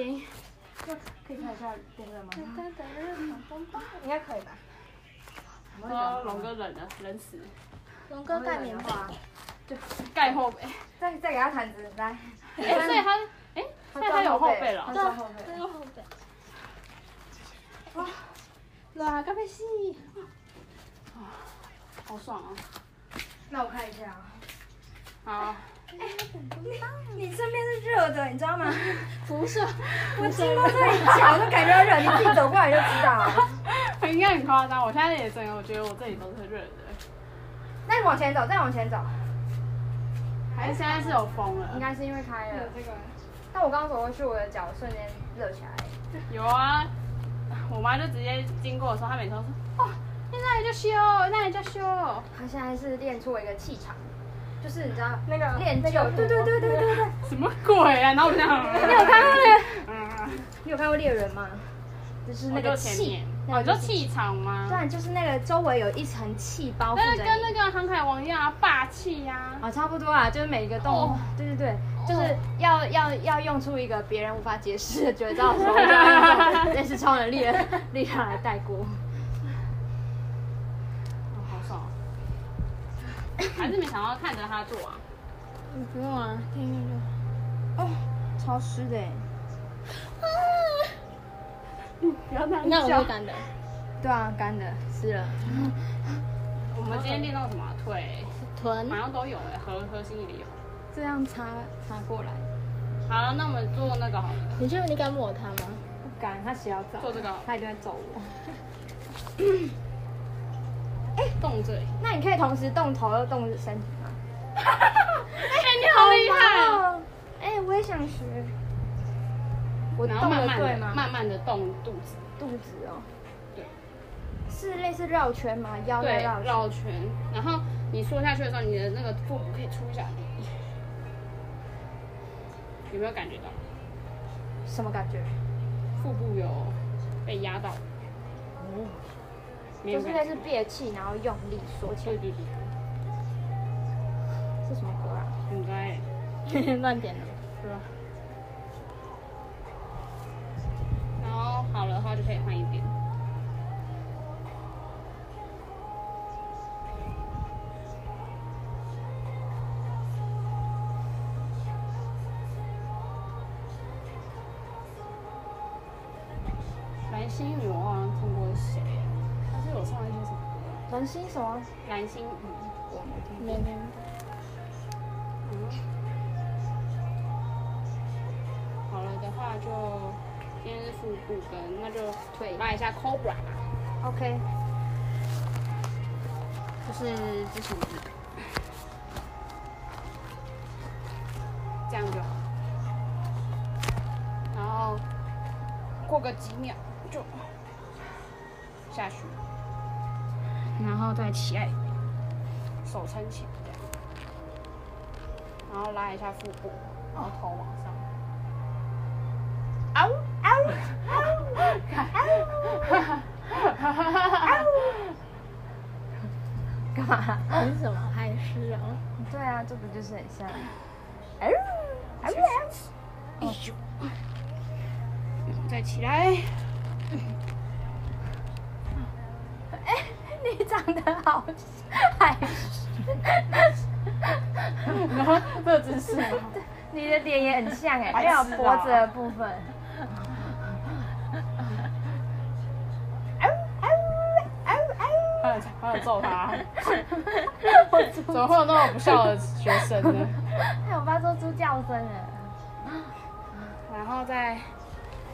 Speaker 2: 可以看一下电热吗？
Speaker 1: 应该可以吧？
Speaker 3: 说哦龙哥冷了，啊冷死。
Speaker 1: 龙哥盖棉花，
Speaker 3: 盖后背。
Speaker 2: 再再给他毯子，来。
Speaker 3: 哎，所以他，哎，所以他有后背了
Speaker 2: 他。装后背。
Speaker 1: 个后背。
Speaker 3: 哪个背戏？好爽啊！
Speaker 2: 那我看一下啊。
Speaker 3: 好，
Speaker 2: 你身边是热的，你知道吗？
Speaker 3: 不是，
Speaker 2: 我经过这里脚都感觉到热，你自己走过来就知道 了。
Speaker 3: 应该很夸张。我现在也真的，我觉得我这里都是热的，
Speaker 2: 那你往前走，再往前走，
Speaker 3: 还哎是现在是有风了？
Speaker 2: 应该是因为开了。
Speaker 3: 这个
Speaker 2: 但我刚刚走过去，我的脚瞬间热起来。
Speaker 3: 有啊，我妈就直接经过的时候，她每次都说：“哦，你那里就修，那里就修。
Speaker 2: 他现在是练出了一个气场，就是你知道
Speaker 1: 那个
Speaker 2: 练就对对对对对对。”
Speaker 3: 什么鬼啊？然后我就想，你有看过那个？
Speaker 2: 你有看过猎人吗？就是
Speaker 3: 我
Speaker 2: 那
Speaker 3: 就
Speaker 2: 个
Speaker 3: 前
Speaker 2: 气
Speaker 3: 面，，
Speaker 2: 那
Speaker 3: 哦，
Speaker 2: 个
Speaker 3: 你说气场吗
Speaker 2: 对，？就是那个周围有一层气包
Speaker 3: 那
Speaker 2: 覆
Speaker 3: 就
Speaker 2: 着
Speaker 3: 跟那
Speaker 2: 你。
Speaker 3: 个航海王一样啊，霸气呀。
Speaker 2: 啊，差不多啊，就是每一个动物
Speaker 3: 哦，
Speaker 2: 对对对，就是要要要用出一个别人无法解释的绝招的时 候，就要用这种类似超能力的力量来带过。
Speaker 3: 哦好爽啊！还是没想到看着他做啊。
Speaker 6: 不用啊，听听就好。哦，潮湿的哎。
Speaker 3: 啊不要那
Speaker 6: 那我会干的。对啊，干的，湿了。
Speaker 3: 我们今天练到什么啊腿，
Speaker 6: 臀
Speaker 3: 好像都有哎，核核心也有。
Speaker 6: 嗯这样擦擦过来。
Speaker 3: 好了，那我们做那个好了。
Speaker 6: 你确定你敢抹它吗？
Speaker 2: 哎、
Speaker 4: 干，他洗好澡，
Speaker 3: 做这个
Speaker 4: 他一定会揍我。
Speaker 3: 哎动嘴。
Speaker 4: 那你可以同时动头又动身体吗？
Speaker 3: 哎、你好厉害！
Speaker 4: 哦！哎，我也想学。我
Speaker 3: 然后
Speaker 4: 动
Speaker 3: 慢
Speaker 4: 的
Speaker 3: 慢
Speaker 4: 对
Speaker 3: 的、
Speaker 4: 吗？
Speaker 3: 慢慢的动肚子，
Speaker 4: 肚子哦。
Speaker 3: 对。
Speaker 4: 是类似绕圈吗？腰在
Speaker 3: 对，
Speaker 4: 绕圈。
Speaker 3: 绕圈。然后你缩下去的时候，你的那个腹部可以出一下力，有没有感觉到
Speaker 4: 什么感觉？
Speaker 3: 腹部有被压到？哦，没
Speaker 4: 就
Speaker 3: 有
Speaker 4: 是
Speaker 3: 感
Speaker 4: 类
Speaker 3: 觉。
Speaker 4: 似憋气，然后用力缩起
Speaker 3: 对
Speaker 4: 来。
Speaker 3: 对对，
Speaker 4: 是什么歌啊？
Speaker 3: 很乖。
Speaker 1: 乱点的。
Speaker 3: 然后好了的话就可以换一边。蓝心雨我好像看过谁啊，她是有唱一些什么歌啊？
Speaker 4: 蓝心什么？
Speaker 3: 蓝心雨，
Speaker 4: 我没听
Speaker 1: 没没
Speaker 3: 嗯。好了的话就今天是腹部跟，那就
Speaker 4: 腿
Speaker 3: 拉一下 Cobra 吧。
Speaker 4: 过。OK。
Speaker 3: 就是之前的那个，这样就好。然后过个几秒就下去，然后再起来，手撑起来这样，然后拉一下腹部，然后头往上。嗷嗷嗷！哈哈哈哈！
Speaker 7: 干嘛？
Speaker 1: 你怎么还是啊？
Speaker 7: 对啊，这不就是很像？哎
Speaker 3: 哎呦，再起来，
Speaker 7: 你长得好害羞，
Speaker 3: 然后这姿势，
Speaker 7: 你的脸也很像哎，
Speaker 3: 白
Speaker 7: 还
Speaker 3: 痴啊
Speaker 7: 有脖子的部分。
Speaker 3: 还有还有揍他，怎么会有那么不孝的学生呢？
Speaker 7: 哎，我发出猪叫声啊了。
Speaker 3: 然后再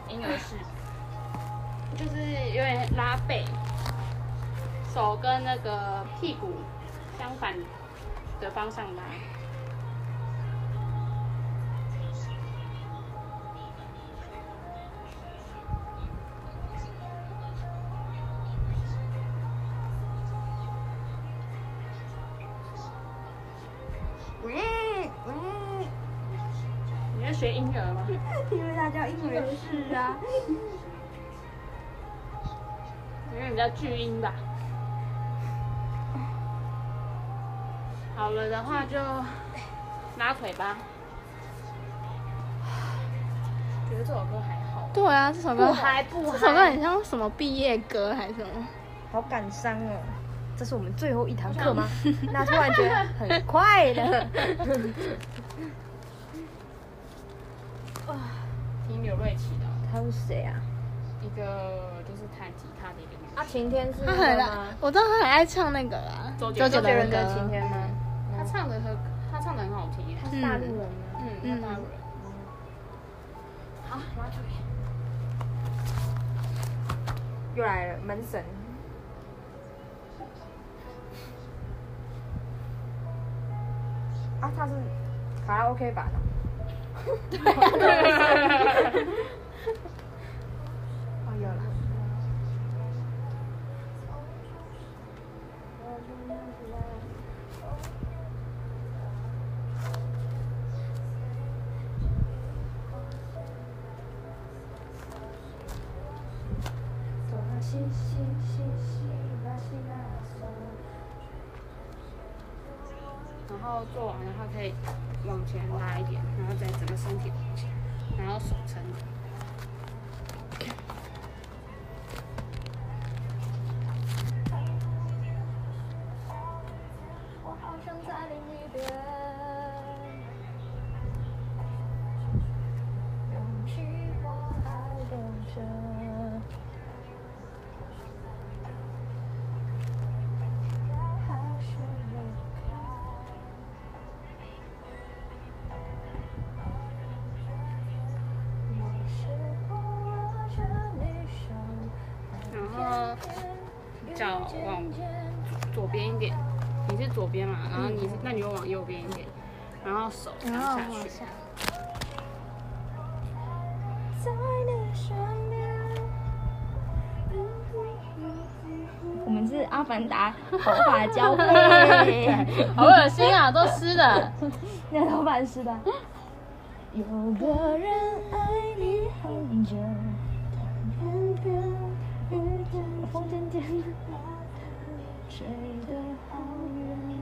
Speaker 3: 婴儿式，就是有点拉背，手跟那个屁股相反的方向拉。
Speaker 1: 嗯
Speaker 3: 你在学婴儿吗？
Speaker 8: 因为它叫英文是啊。
Speaker 3: 因为你叫巨婴吧。好了的话就拉腿吧。觉得这首歌还好，
Speaker 1: 对啊，这首歌
Speaker 3: 不嗨不
Speaker 1: 这首歌
Speaker 3: 嗨。
Speaker 1: 很像什么毕业歌还是什么？
Speaker 2: 好感伤哦。这是我们最后一堂课吗？那突然觉得很快乐。
Speaker 3: 听刘瑞琪的
Speaker 2: 他是谁啊？
Speaker 3: 一个就是弹吉他的一个女生，
Speaker 2: 啊，晴天是
Speaker 1: 他很爱
Speaker 2: 吗？，
Speaker 1: 我知道他很爱唱那个啦，
Speaker 3: 周杰
Speaker 1: 杰
Speaker 3: 伦
Speaker 2: 周杰伦的
Speaker 1: 歌
Speaker 2: 《晴天》吗？
Speaker 3: 她唱的很她唱的很好听耶。
Speaker 2: 他是大陆人吗？
Speaker 3: 嗯，
Speaker 1: 嗯
Speaker 3: 嗯大陆人。好，拉腿。
Speaker 2: 又来了，门神。啊，他是卡拉 OK 版的。
Speaker 3: 嗯
Speaker 2: 哦，有了。
Speaker 3: 然后做完的话可以往前拉一点，然后再整个身体往前，然后手撑着。
Speaker 7: 我好想再淋一遍。勇气我还留着。还是离开。
Speaker 3: 后脚往左边一点，你是左边嘛，然后你是那你就往右边一点，然后手
Speaker 1: 然
Speaker 3: 插
Speaker 1: 后
Speaker 3: 下
Speaker 1: 往
Speaker 3: 去，
Speaker 1: 下，
Speaker 9: 在你身边。
Speaker 6: 我们是阿凡达头发交 配，
Speaker 3: 好恶心啊，都湿的。
Speaker 6: 那头发是的，
Speaker 9: 有个人爱你很久，偏偏遇见风渐渐吹得好远。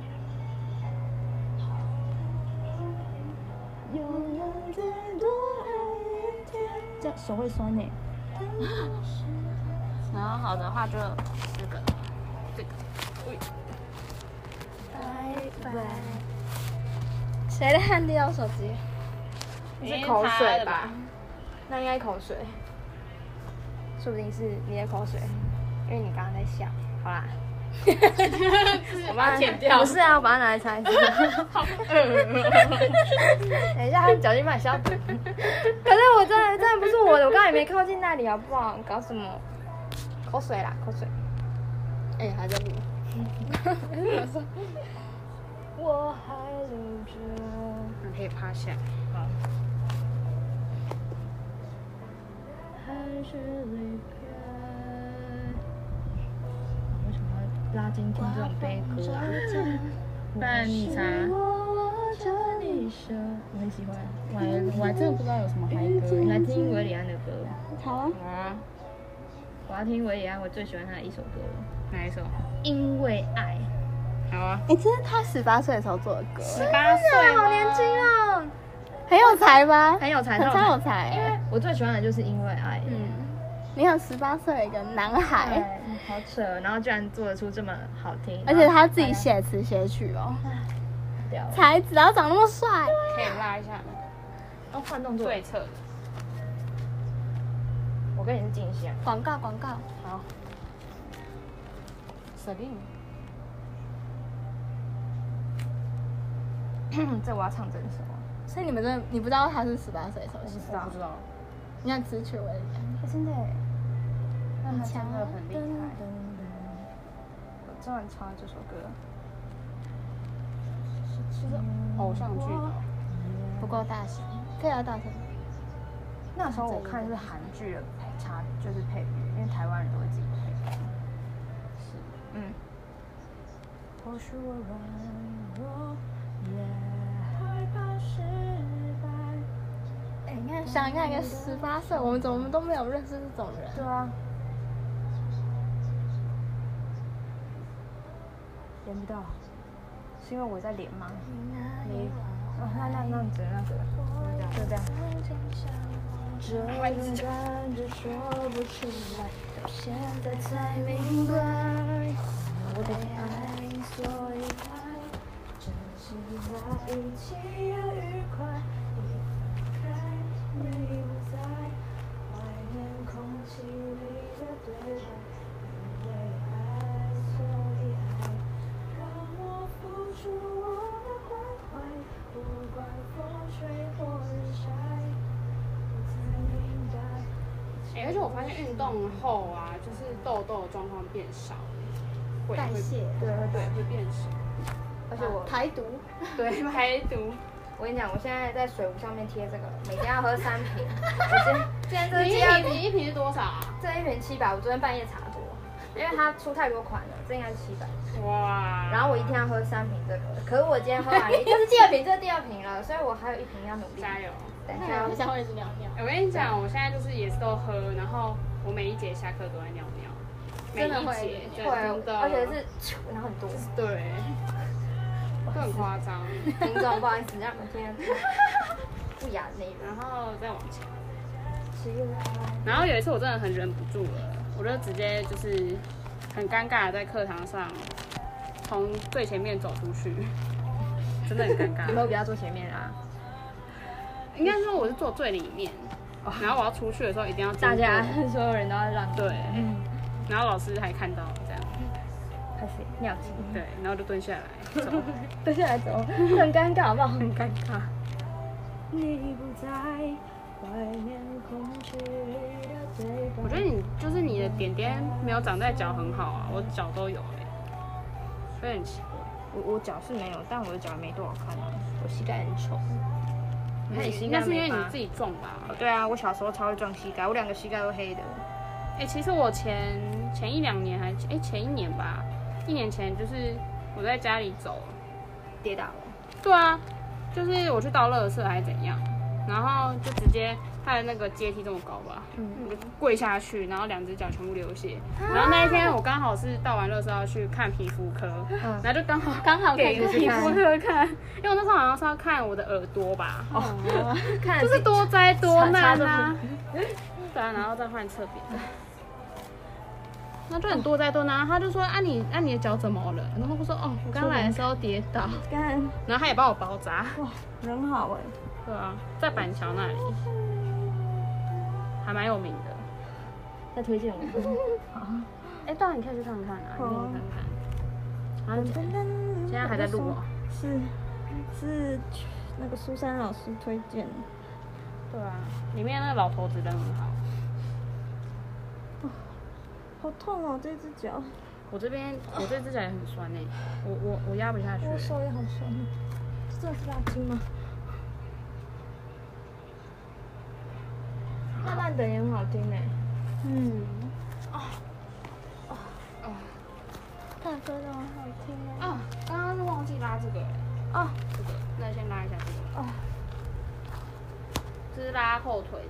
Speaker 9: 有人再多爱一天，
Speaker 6: 这样手会酸欸呢、
Speaker 3: 然后好的话就这个，这个，
Speaker 1: 谁的汗滴到手机？
Speaker 3: 是
Speaker 4: 口水
Speaker 3: 哎
Speaker 4: 吧
Speaker 3: 吧？
Speaker 4: 那应该口水。
Speaker 2: 说不定是你的口水，因为你刚刚在笑。好啦，
Speaker 3: 我把它剪掉。
Speaker 2: 不是啊，我把它拿来擦一擦。
Speaker 3: 好哦饿。
Speaker 2: 等一下，他脚筋板消毒。可是我真的真的不是我的，我刚才也没靠近那里，好不好？搞什么？口水啦，口水。哎、还在录。我还留着，
Speaker 3: 你可以趴下。
Speaker 2: 还是离开。为什么要拉近听众悲歌啊？
Speaker 3: 不然你查，
Speaker 2: 我着你手，
Speaker 4: 我很喜欢，我还我还真的不知道有什么嗨歌，你来听维里安的歌。
Speaker 6: 好啊，
Speaker 3: 好啊，
Speaker 4: 我要听维里安，我最喜欢他的一首歌了，
Speaker 3: 哪一首？
Speaker 4: 因为爱。
Speaker 3: 好啊，
Speaker 1: 哎、这是他十八岁的时候做的歌，
Speaker 3: 十八岁，好年轻啊！
Speaker 1: 很有才吧？
Speaker 4: 很有才，
Speaker 1: 很超有才欸、
Speaker 4: 我最喜欢的就是因为爱。
Speaker 1: 你看十八岁的一个男
Speaker 4: 哎
Speaker 1: 孩，，
Speaker 4: 好扯哦，然后居然做得出这么好听，
Speaker 1: 而且他自己写词写曲哦，
Speaker 4: 掉，
Speaker 1: 才子，然后长那么帅，
Speaker 3: 可以拉一下吗
Speaker 4: 哦，换动作，
Speaker 3: 对侧的。
Speaker 4: 我跟你是镜 像，
Speaker 1: 广告广告，
Speaker 3: 好。指令。
Speaker 2: 这我要唱整首啊。
Speaker 1: 所以你们真的你不知道他是十八岁的时候写的，
Speaker 3: 我不知道。
Speaker 1: 你看词曲我也
Speaker 2: 真的耶，
Speaker 3: 那他真的很厉啊害。
Speaker 2: 我真的很超爱这首歌。
Speaker 3: 偶像剧的，
Speaker 1: 不够大声，可以要大声。
Speaker 2: 那时候我看是韩剧的配插，就是配乐，因为台湾人都会自己配。是，嗯。或许我软弱，也害怕失败。
Speaker 1: 哎、你看，想一看一个十八岁，我们怎么都没有认识这种人？
Speaker 2: 对啊。连不到，是因为我在连吗？没。哦，那那那你只能那个，就这样。
Speaker 9: 这种感觉说不出来，到现在才明白，我被爱所以爱，珍惜在一起的愉快，离开你不在，怀念空气里的对白，因为爱所以爱，让我付出我的关怀，不管风吹或日晒。
Speaker 3: 哎、而且我发现运动后啊，就是痘痘的状况变少了，会
Speaker 1: 代谢，
Speaker 3: 对
Speaker 2: 啊
Speaker 3: 对会变 少，
Speaker 2: 而且我
Speaker 1: 排毒，
Speaker 3: 对排毒。
Speaker 2: 我跟你讲，我现在在水壶上面贴这个，每天要喝三 瓶。我今今天 这
Speaker 3: 你一
Speaker 2: 这样
Speaker 3: 瓶你一瓶是多少啊？
Speaker 2: 这一瓶七百，我昨天半夜查过，因为它出太多款了，这应该是七百。
Speaker 3: 哇！
Speaker 2: 然后我一天要喝三瓶这个，可是我今天喝 完，这是第二瓶，这是第二瓶了，所以我还有一瓶要努力。
Speaker 3: 加油！哎
Speaker 2: 等一
Speaker 1: 那
Speaker 2: 下
Speaker 1: 我，想会一直尿尿。
Speaker 3: 我跟你讲，我现在就是也是都喝，然后我每一节下课都在尿尿，每
Speaker 1: 真的
Speaker 3: 一
Speaker 1: 会
Speaker 3: 节对
Speaker 2: 会，
Speaker 3: 真
Speaker 2: 啊
Speaker 3: 的，
Speaker 2: 而且是，然后很多。
Speaker 3: 对，都很夸张。
Speaker 2: 听众不好意思，让你们听得到 不雅内容。
Speaker 3: 然后再往前。然后有一次我真的很忍不住了，我就直接就是很尴尬的在课堂上从最前面走出去，真的很尴
Speaker 4: 以后
Speaker 3: 尬。
Speaker 4: 不要坐前面啦，
Speaker 2: 嗯
Speaker 3: 应该说我是坐最里面，然后我要出去的时候一定要经过
Speaker 4: 大 家所有人都要让，
Speaker 3: 对，
Speaker 4: 嗯，
Speaker 3: 然后老师还看到了这样，
Speaker 4: 开始尿急，
Speaker 3: 对，然后就蹲下来走，
Speaker 4: 蹲下来走，很尴尬，好不好？
Speaker 3: 很尴尬。
Speaker 9: 你不在，怀念空虚里的对白。
Speaker 3: 我觉得你就是你的点点没有长在脚很好啊，我脚都有哎、所以很奇怪。
Speaker 2: 我我脚是没有，但我的脚没多好看啊，我膝盖很丑。那你膝盖
Speaker 3: 那是因为
Speaker 2: 没
Speaker 3: 你
Speaker 2: 疤
Speaker 3: 自己重吧？
Speaker 2: 对啊，我小时候超会撞膝盖，我两个膝盖都黑的。
Speaker 3: 哎、其实我前前一两年还哎、前一年吧，一年前就是我在家里走，
Speaker 2: 跌倒了。
Speaker 3: 对啊，就是我去倒垃圾还是怎样，然后就直接它的那个阶梯这么高吧，我就跪下去，然后两只脚全部流血。然后那一天我刚好是倒完垃圾要去看皮肤科，然后就刚好
Speaker 1: 刚好可以
Speaker 3: 给皮肤科看，因为我那时候好像是要看我的耳朵吧，
Speaker 10: 看
Speaker 3: 就是多灾多
Speaker 10: 插插
Speaker 3: 难
Speaker 10: 着
Speaker 3: 啊。对啊，然后再换侧边。那就很多灾多难，他就说：“啊你啊你的脚怎么了？”然后我说：“哦，我刚来的时候跌倒。”
Speaker 11: 干
Speaker 3: 然后他也帮我包扎。
Speaker 11: 人好哎、
Speaker 3: 对啊，在板桥那里，还蛮有名的。
Speaker 2: 再推荐我。
Speaker 3: 哎、对啊，你可以去看看啊，你可以去看看。啊，现在还在录哦。
Speaker 11: 是是那个苏珊老师推荐的，
Speaker 3: 对啊，里面那个老头子人很好。
Speaker 11: 好痛哦，这只脚，
Speaker 3: 我这边我这只脚也很酸哎、我我我压不下去。
Speaker 11: 我手也好酸
Speaker 3: 啊
Speaker 11: 哦，这真的是辣筋吗？
Speaker 2: 那烂的也很好听
Speaker 3: 欸
Speaker 2: 哎、
Speaker 11: 嗯，
Speaker 3: 哦啊，刚刚是忘记拉这个哎、哦，这个，那先拉一下这个。哦。这是拉后腿的。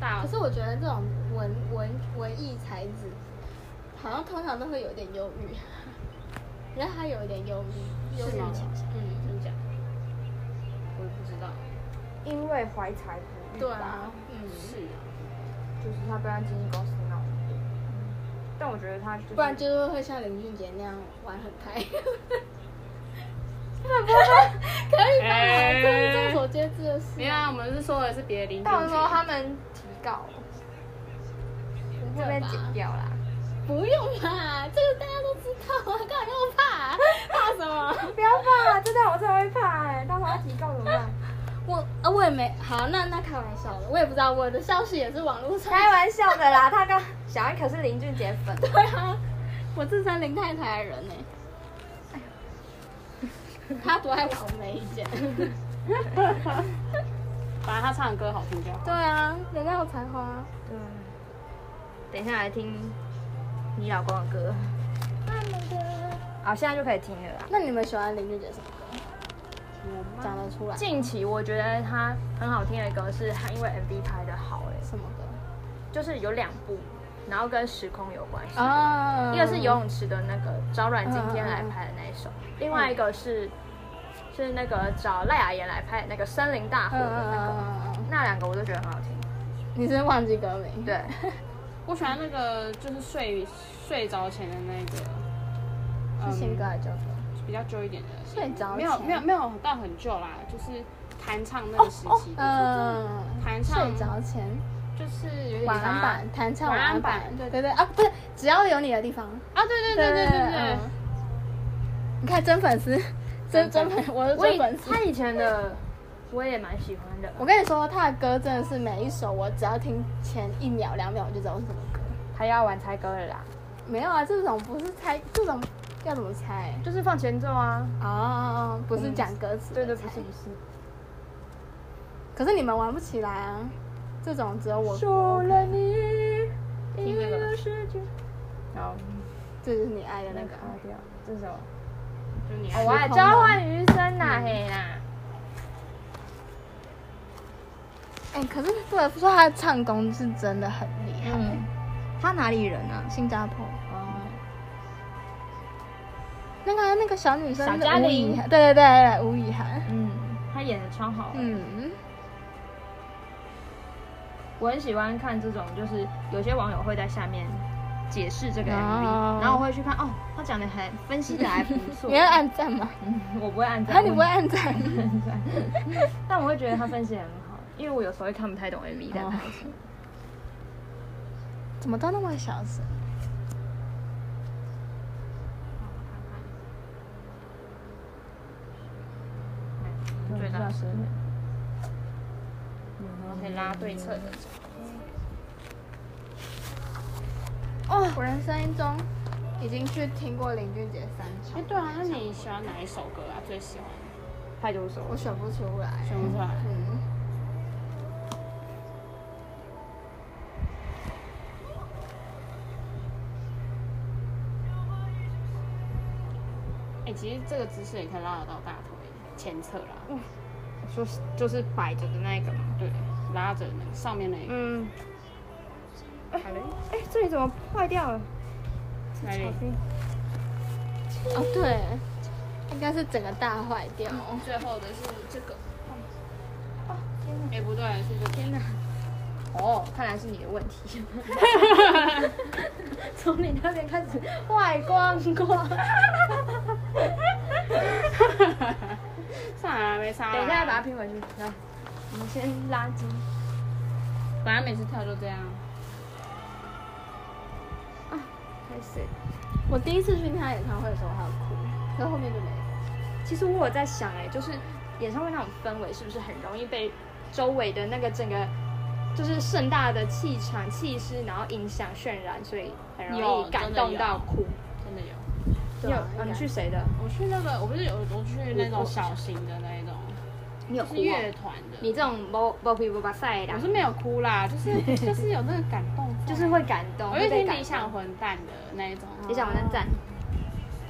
Speaker 3: 大
Speaker 1: 可是我觉得这种文文文艺才子，好像通常都会有点忧 郁，然后他有一点忧郁，忧郁
Speaker 3: 是吗
Speaker 1: 倾向。
Speaker 3: 嗯，真假？我也不知道。
Speaker 10: 因为怀才不遇吧，
Speaker 3: 嗯，是啊。
Speaker 10: 就是他被他经纪公司闹。
Speaker 2: 嗯
Speaker 10: 但我觉得他就是
Speaker 1: 不然就是会像林俊杰那样玩很 开。 可以吧？这是众所皆知的事
Speaker 3: 没有
Speaker 1: 啊。
Speaker 3: 啊，我们是说的是别的林俊
Speaker 10: 到时候
Speaker 3: 杰。
Speaker 10: 他们提告，
Speaker 1: 不
Speaker 10: 这
Speaker 1: 会
Speaker 10: 边
Speaker 1: 吧
Speaker 10: 剪掉啦。
Speaker 1: 不用啦，这个大家都知道啊，干嘛那么怕、啊？怕什么？
Speaker 10: 不要怕，这段我真的会怕哎、到时候他提告怎么办？
Speaker 1: 我啊，我也没好，那那开玩笑的，我也不知道我的消息也是网络上。
Speaker 10: 开玩笑的啦，他刚小安可是林俊杰粉，
Speaker 1: 对啊，我自称林太太的人呢、他多爱玩我没意见。
Speaker 3: 反正他唱的歌好听就好。
Speaker 1: 对啊，人家有才华啊。
Speaker 2: 对。等一下来听你老公的歌。好，现在就可以听了啦。
Speaker 1: 那你们喜欢林俊杰什么歌？讲得出来？
Speaker 2: 近期我觉得他很好听的歌是，他因为 MV 拍的好哎、
Speaker 1: 什么歌？
Speaker 2: 就是有两部，然后跟时空有关系。
Speaker 1: 啊
Speaker 2: 一个是游泳池的那个找阮经天来拍的那一首，另外一个是是那个找赖雅妍来拍的那个《森林
Speaker 1: 嗯
Speaker 2: 大火》的那个，那两个我都觉得很好听。
Speaker 1: 你是忘记歌名？
Speaker 2: 对，
Speaker 3: 我喜欢那个就是睡睡着前的那个，嗯
Speaker 1: 是新歌还是旧歌？
Speaker 3: 比较旧一点的，
Speaker 1: 睡着前
Speaker 3: 没有没有没有到很旧啦，就是弹唱那个时期的，
Speaker 1: 嗯，
Speaker 3: 弹唱
Speaker 1: 睡着前
Speaker 3: 就是有点
Speaker 1: 晚安版，弹唱晚
Speaker 3: 晚
Speaker 1: 安
Speaker 3: 安版
Speaker 1: 版，对对对啊，不是只要有你的地方。
Speaker 3: 啊，对对对对对对
Speaker 1: 嗯，你看真粉丝，真真 粉，我是
Speaker 2: 我
Speaker 1: 真
Speaker 2: 以
Speaker 1: 粉丝。
Speaker 2: 他以前的我也蛮喜欢的，
Speaker 1: 我跟你说，他的歌真的是每一首，我只要听前一秒两秒我就知道是什么歌。
Speaker 2: 他要玩猜歌了啦，
Speaker 1: 没有啊，这种不是猜，这种要怎么猜？
Speaker 2: 就是放前奏啊。
Speaker 1: 哦，不是讲歌词。
Speaker 2: 对对，不是不是。
Speaker 1: 可是你们玩不起来啊，这种只有我。
Speaker 2: 了你，
Speaker 3: 听这个吧
Speaker 2: 世界。好，
Speaker 1: 这就是你爱的那个。
Speaker 2: 卡掉这首。
Speaker 3: 就是你
Speaker 2: 哦
Speaker 3: 啊爱
Speaker 2: 我
Speaker 3: 我
Speaker 2: 爱交换余生呐嘿啦。
Speaker 1: 哎、可是不得不说，他的唱功是真的很厉害。
Speaker 2: 嗯，他哪里人啊？
Speaker 1: 新加坡。那个啊那个小女生
Speaker 2: 小
Speaker 1: 的
Speaker 2: 嘉
Speaker 1: 吴
Speaker 2: 玲
Speaker 1: 以涵，对对对对，吴以涵，
Speaker 2: 嗯，他演的超好。
Speaker 1: 嗯，
Speaker 2: 我很喜欢看这种，就是有些网友会在下面解释这个 MV，、
Speaker 1: 哦
Speaker 2: 然后我会去看哦，他讲的还分析的还不错。
Speaker 1: 你要按赞吗？
Speaker 2: 嗯，我不会按赞，
Speaker 1: 啊，你不会按 赞？
Speaker 2: 按赞， 但我会觉得他分析得很好，因为我有时候会看不太懂 MV，但他
Speaker 1: 怎么都那么小声？
Speaker 2: 最大声。
Speaker 3: 可以拉对侧的，
Speaker 4: 哦，我人生中已经去听过林俊杰三场
Speaker 3: 哎，，对啊，那你喜欢哪一首歌啊？最喜欢？
Speaker 2: 派出所。
Speaker 4: 我选不出来。
Speaker 3: 选不出来。
Speaker 4: 嗯，
Speaker 3: 哎、其实这个姿势也可以拉得到大腿前 侧啦。
Speaker 2: 就是就是摆着的那一个嘛。
Speaker 3: 对，拉着那个上面那一个。
Speaker 2: 嗯。哎、这里怎么坏掉了？
Speaker 3: 哪里？
Speaker 4: 哦对，应该是整个大坏掉。
Speaker 2: 嗯
Speaker 3: 最后的是这个。
Speaker 2: 啊
Speaker 3: 哎、不对，是这个。天哪！
Speaker 2: 哦，看来是你的问题。
Speaker 4: 从你那边开始坏光光。
Speaker 3: 算了啦，没差。
Speaker 2: 等一下，把它，拼回去。然后
Speaker 4: 我们先拉筋。
Speaker 3: 反正每次跳就这样。
Speaker 4: 我第一次去听他演唱会的时候，还有哭，可是后面就没了。
Speaker 2: 其实我有在想、哎，就是演唱会那种氛围是不是很容易被周围的那个整个就是盛大的气场、气势，然后影响渲染，所以很容
Speaker 3: 有
Speaker 2: 易感动到哭。
Speaker 1: 嗯
Speaker 3: 真的有。
Speaker 2: 你有？啊你去谁的？
Speaker 3: 我去那个，我不是有我去那种小型的那一种，
Speaker 2: 你有
Speaker 3: 就是乐团的。
Speaker 2: 你这种不不皮不把赛的
Speaker 3: 我，是没有哭啦，就是 就是有那个感动在，
Speaker 2: 就是会感动，
Speaker 3: 哦我就
Speaker 2: 会被
Speaker 3: 听
Speaker 2: 感
Speaker 3: 理想混蛋的那一种，
Speaker 2: 你想我在站，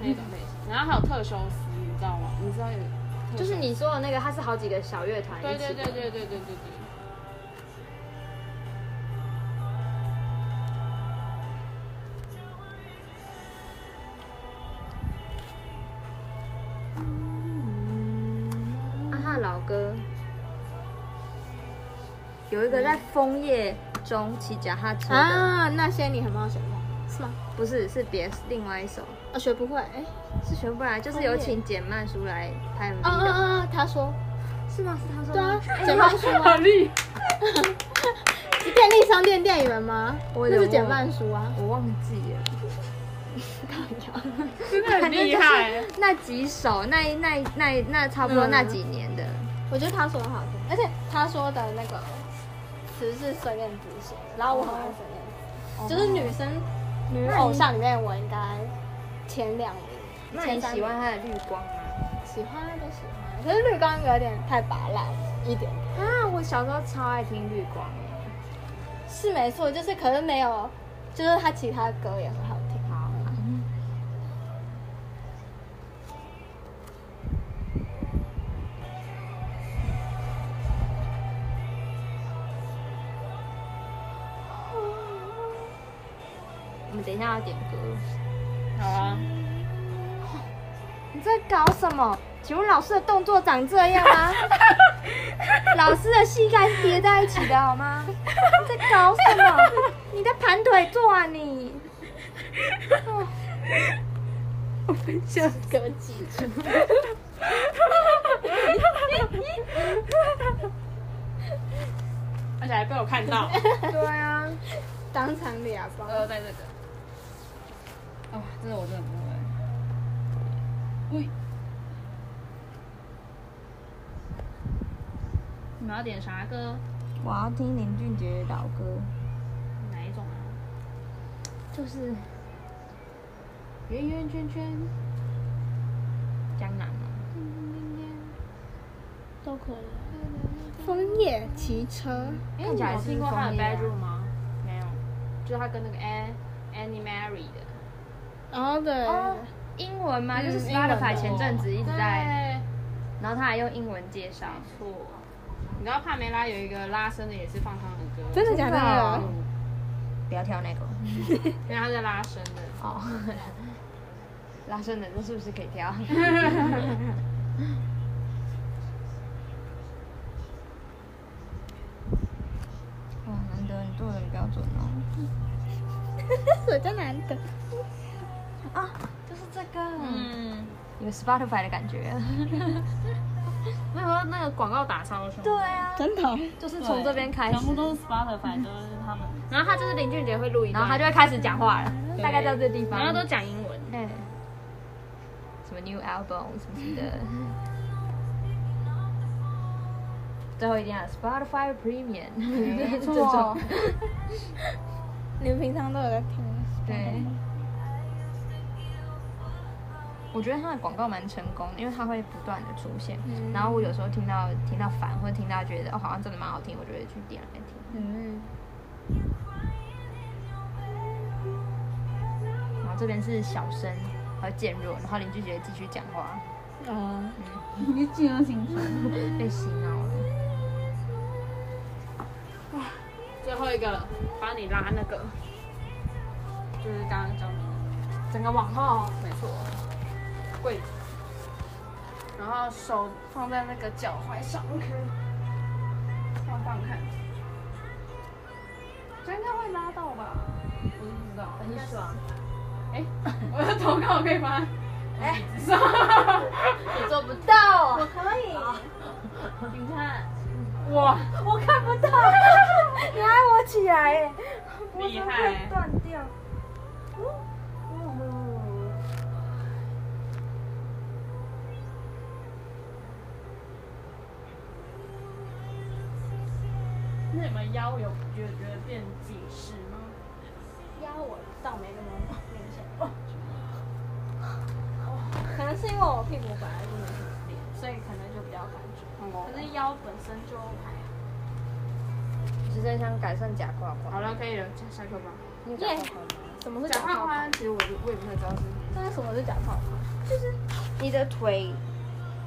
Speaker 3: 那一种类型，然后还有特修斯，你知道吗？你知道有特修斯？
Speaker 2: 就是你说的那个，它是好几个小乐团
Speaker 3: 对
Speaker 2: 一起
Speaker 3: 对对
Speaker 2: 的。
Speaker 3: 对对对对对。
Speaker 2: 啊哈老歌，有一个在枫叶中骑脚踏车的，
Speaker 4: 啊，那些你很冒险的，是吗？
Speaker 2: 不是是别另外一首，
Speaker 4: 我学不会。哎，
Speaker 2: 是全部来，就是有请简曼书来拍 MV
Speaker 4: 啊啊
Speaker 2: 的，
Speaker 4: 啊！他说，
Speaker 2: 是吗？是他说
Speaker 4: 对
Speaker 2: 的
Speaker 4: 啊
Speaker 2: 吗？，哎
Speaker 4: 简曼书 啊，
Speaker 3: 力，
Speaker 4: 便利商店店员吗？
Speaker 2: 我有
Speaker 4: 那
Speaker 2: 点
Speaker 4: 是简曼书啊。
Speaker 2: 我忘记了，
Speaker 3: 真的很 厉害。
Speaker 2: 那几首，那那那那差不多
Speaker 4: 嗯
Speaker 2: 那几年的，
Speaker 4: 我觉得他说很好听，而且他说的那个词是孙燕姿写的，然后我很爱孙燕姿，就是女生女偶像里面我应该前两名。
Speaker 2: 那
Speaker 4: 前
Speaker 2: 你
Speaker 4: 三
Speaker 2: 喜
Speaker 4: 名
Speaker 2: 欢他的绿光吗？
Speaker 4: 喜欢就喜欢，可是绿光有点太拔辣一点点。
Speaker 2: 啊，我小时候超爱听绿光，
Speaker 4: 是没错，就是可是没有，就是他其他歌也很好听。好，
Speaker 2: 我们等一下要点歌。
Speaker 3: 好啊，
Speaker 2: 你在搞什么？请问老师的动作长这样吗？老师的膝盖是叠在一起的好吗？你在搞什么？ 你在盘腿坐啊你！
Speaker 4: 歌记住。
Speaker 3: 而且还被我看 到，
Speaker 2: 对啊，
Speaker 4: 当场啊俩包。
Speaker 3: 我在这个。哦，这个我真的不会。喂，你们要点啥歌？
Speaker 2: 我要听林俊杰的老歌，
Speaker 3: 哪一种啊？
Speaker 2: 就是
Speaker 3: 圆圆圈圈。
Speaker 2: 江南嘛。
Speaker 4: 都可以。枫叶骑车，
Speaker 3: 哎，你有听过他的
Speaker 2: 看起
Speaker 4: 啊
Speaker 2: 来是枫叶
Speaker 3: Bedroom 吗？没有，就是他跟那个 An Annie Mary 的。
Speaker 4: 哦对，
Speaker 2: 嗯英文吗？就是
Speaker 4: 嗯英文的
Speaker 2: Spotify 前阵子一直在，
Speaker 3: 在。
Speaker 2: 然后他还用英文介绍。
Speaker 3: 错。你知道帕梅拉有一个拉伸的，也是放他的歌。
Speaker 4: 真的假的？哦
Speaker 2: 不要跳那个
Speaker 3: 因为他是拉伸的。
Speaker 2: 哦。 拉伸的，这是不是可以 跳？哇，难得你做的很标准哦。
Speaker 4: 我真难得。
Speaker 3: 嗯。
Speaker 2: 有 Spotify 的感 觉。
Speaker 3: 那时候那个广告打超凶。对啊。
Speaker 4: 真的哦，
Speaker 2: 就是从这边开始，
Speaker 3: 是 Spotify，都是嗯他们。
Speaker 2: 然后他就是林俊杰会录音，然后他就会开始讲话了，大概到这地方。
Speaker 3: 然后都讲英文。
Speaker 2: 哎什么 new album 什么的。最后一定要 Spotify Premium，没
Speaker 3: 错。
Speaker 1: 你们平常都有在听？
Speaker 4: 对。我觉得他的广告蛮成功的，因为他会不断的出现。然后我有时候听到听到烦，或者听到觉得哦好像真的蛮好听，我就会去点来听。
Speaker 1: 嗯，
Speaker 4: 然后这边是小声和渐弱，然后邻居觉得继续讲话，
Speaker 1: 哦，
Speaker 12: 你记得清楚。
Speaker 4: 被洗脑了。
Speaker 3: 最后一个了，帮你拉那个，就是刚刚教你的整个往后，没错，跪，然后手放在那个脚踝上，OK，放放看，这应该会拉到吧？我也不知道，很爽。哎，我的投稿可以吗？哎，你做不到，我可以。你看，哇，
Speaker 2: 我看不到，你拉我起来
Speaker 3: 欸
Speaker 2: 耶，我
Speaker 3: 厉害！
Speaker 2: 断掉。
Speaker 3: 哦那你们腰有觉觉得变紧实吗？腰我倒没那么明显，
Speaker 1: 可能是因为我屁股本来就没什么练，所以可能就比较感觉。
Speaker 3: 哦
Speaker 1: 可是腰本身就还好。
Speaker 4: 只是想改善假胯宽。
Speaker 3: 好了，可以了，下下课吧。
Speaker 1: 耶，什么是
Speaker 3: 假
Speaker 1: 假
Speaker 3: 胯
Speaker 1: 胯宽？
Speaker 3: 宽，其实我我也不太知道是什么。
Speaker 1: 那什么是假胯宽？
Speaker 6: 你的腿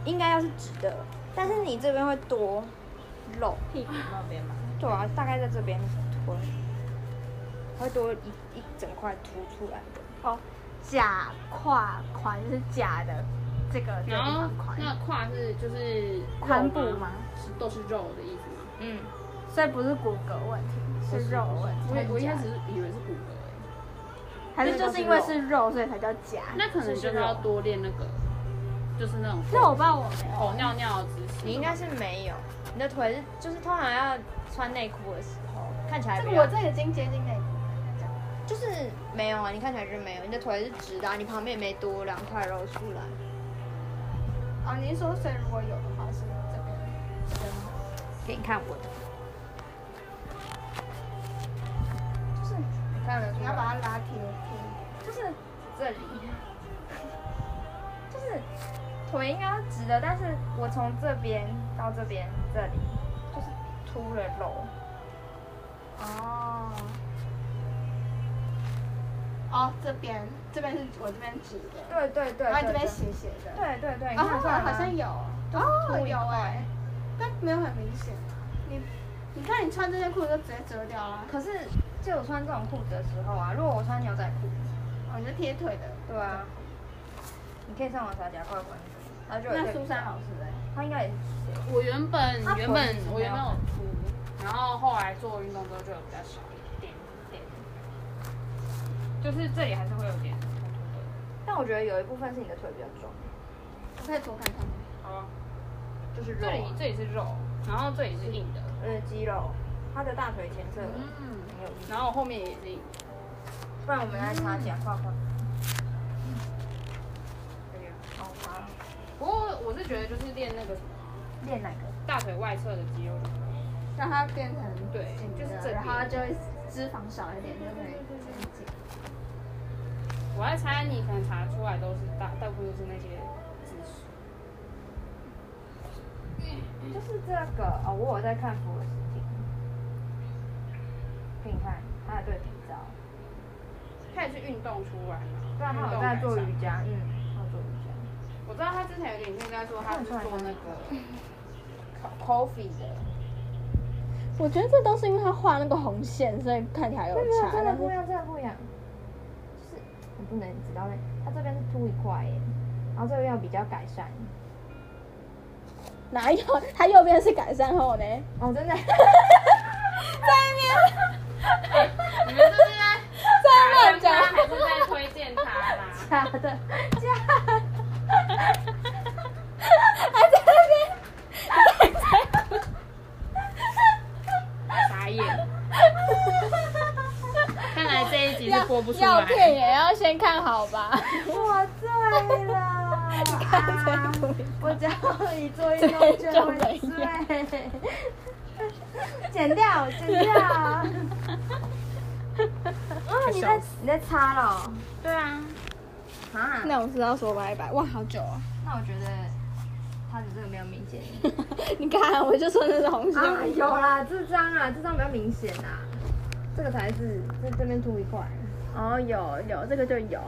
Speaker 6: 应该要是直的，但是你这边会多露，
Speaker 1: 屁股那边嘛。
Speaker 6: 对啊，大概在这边推，会多一一整块凸出来的。
Speaker 1: 哦假胯宽就是假的这个地
Speaker 3: 然后
Speaker 1: 方宽，
Speaker 3: 那胯是就是
Speaker 1: 髋部
Speaker 3: 肉
Speaker 1: 吗？
Speaker 3: 是都是肉的意思吗？
Speaker 4: 嗯，
Speaker 1: 所以不是骨骼问题，是肉问题。
Speaker 3: 我也我一开始以为是骨骼欸，
Speaker 1: 还是啊就是因为是肉，所以才叫假？
Speaker 3: 那可能就是要多练那个，就是那种
Speaker 1: 那我爸我没有。
Speaker 3: 狗尿尿的姿势。
Speaker 4: 你应该是没有，你的腿是就是通常要穿内裤的时候，看起来
Speaker 1: 这
Speaker 4: 比
Speaker 1: 个
Speaker 4: 较
Speaker 1: 我这已经接近内裤了。
Speaker 4: 就是没有啊，你看起来就是没有，你的腿是直的、啊，你旁边也没多两块肉出来。
Speaker 1: 哦，你是说，所以如果有的话是这边？
Speaker 4: 给你看我的，就是你看得出
Speaker 1: 你要把它拉贴贴。
Speaker 2: 就是这里， 就是腿应该要直的，但是我从这边到这边这里就是凸了肉，
Speaker 1: 哦。哦，这边这边是我这边直的，
Speaker 2: 对对对，
Speaker 1: 然后你这
Speaker 2: 对
Speaker 1: 边
Speaker 2: 对
Speaker 1: 斜斜的。
Speaker 2: 对对对，
Speaker 1: 哦，
Speaker 2: 你看得出来吗
Speaker 1: 好像有哦，有哎，但没有很明显。你你看你穿这件裤子就直接折掉了，
Speaker 2: 可是就我穿这种裤子的时候啊，如果我穿牛仔裤，
Speaker 1: 哦，你是贴腿的。
Speaker 2: 对啊，你可以上网查夹胯宽，然后就有
Speaker 1: 那
Speaker 2: 一个
Speaker 1: 苏珊好吃哎，
Speaker 2: 他应该也是
Speaker 3: 我原本
Speaker 2: 它
Speaker 3: 原
Speaker 2: 臀
Speaker 3: 本
Speaker 2: 是
Speaker 3: 我
Speaker 2: 没
Speaker 3: 原
Speaker 2: 有
Speaker 3: 本有凸，然后后来做运动之后就有比较少一点点，就是这里还是会有点凸凸的。
Speaker 2: 但我觉得有一部分是你的腿比较壮，
Speaker 1: 我可以多看看吗。
Speaker 3: 哦，
Speaker 2: 就是肉
Speaker 3: 这里
Speaker 2: 啊，
Speaker 3: 这里是肉，然后这里是硬的，
Speaker 2: 呃肌肉，他的大腿前侧
Speaker 3: 嗯，
Speaker 2: 很有力，
Speaker 3: 然后我后面也是硬的。
Speaker 2: 不然我们来查夹胯宽。
Speaker 3: 不过我是觉得就是练那个什么
Speaker 2: 练哪个？
Speaker 3: 大腿外侧的肌肉就可以了，
Speaker 1: 让它变成
Speaker 3: 对，就是这
Speaker 1: 然后
Speaker 3: 边。
Speaker 1: 就会脂肪少一点，就可以增肌。
Speaker 3: 我在猜你可能查出来都是大大部分都是那些姿势。
Speaker 2: 就是这个哦，我有在看福尔斯汀，给你看他的对比照，
Speaker 3: 他也是运动出来嘛，
Speaker 2: 对啊，他有在做瑜伽，嗯，他有做瑜伽，
Speaker 3: 我知道他之前有点应该说他是做那 个 coffee 的，
Speaker 1: 我觉得这都是因为他画那个红线，所以看起来有
Speaker 2: 没嗯有
Speaker 1: 差。
Speaker 2: 真的
Speaker 1: 但
Speaker 2: 不一
Speaker 1: 是
Speaker 2: 样，真的不一样，就是你不能知道那，他这边是凸一块耶，然后这边要比较改善，
Speaker 1: 哪有？他右边是改善后呢？
Speaker 2: 哦，真的，
Speaker 3: 你们是不是在
Speaker 1: 在乱
Speaker 3: 他
Speaker 1: 讲。
Speaker 3: 还是在推荐他啦？
Speaker 2: 假的，假的，
Speaker 3: 傻眼。看来这一集是播不出
Speaker 1: 要
Speaker 3: 来。
Speaker 1: 骗也要先看好吧。
Speaker 2: 我醉了，啊
Speaker 1: 看这个
Speaker 2: 我只要一做运动就会
Speaker 1: 这就没啊
Speaker 2: 醉，剪掉，剪掉。哦，你在你在擦了哦、
Speaker 3: 对啊，
Speaker 2: 啊？
Speaker 1: 那我知道说拜拜，哇，好久啊！
Speaker 2: 那我觉得他的这个没有明显。
Speaker 1: 你看，我就说那是红线。
Speaker 2: 啊，有啦，这张啊，这张比较明显啊。这个才是这这边凸一块，
Speaker 1: 哦，有有，这个就有。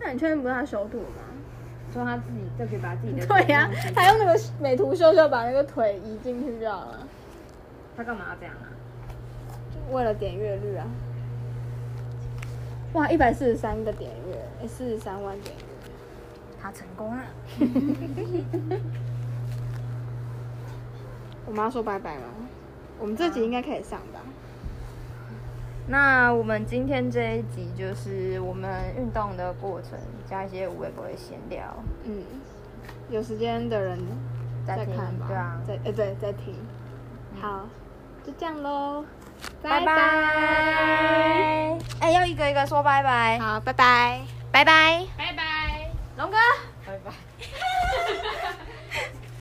Speaker 1: 那你确定不是他修图吗？
Speaker 2: 说他自己就可以把自己的
Speaker 1: 对呀、他用那个美图秀秀把那个腿移进去就好了，
Speaker 2: 他干嘛要这样啊？
Speaker 1: 就为了点阅率啊。哇，一百四十三个点阅，哎四十三万点阅。
Speaker 2: 他成功了，
Speaker 1: 我妈说拜拜吗？我们这集应该可以上吧？
Speaker 2: 那我们今天这一集就是我们运动的过程，加一些无微不微闲聊，
Speaker 1: 嗯，有时间的人
Speaker 2: 再
Speaker 1: 再
Speaker 2: 听
Speaker 1: 看吧，
Speaker 2: 对啊，
Speaker 1: 再呃对再听。好，就这样喽，
Speaker 2: 拜拜。哎、要一个一个说拜拜，
Speaker 1: 好，拜拜。
Speaker 2: 拜拜，
Speaker 3: 拜拜。
Speaker 2: 龙哥。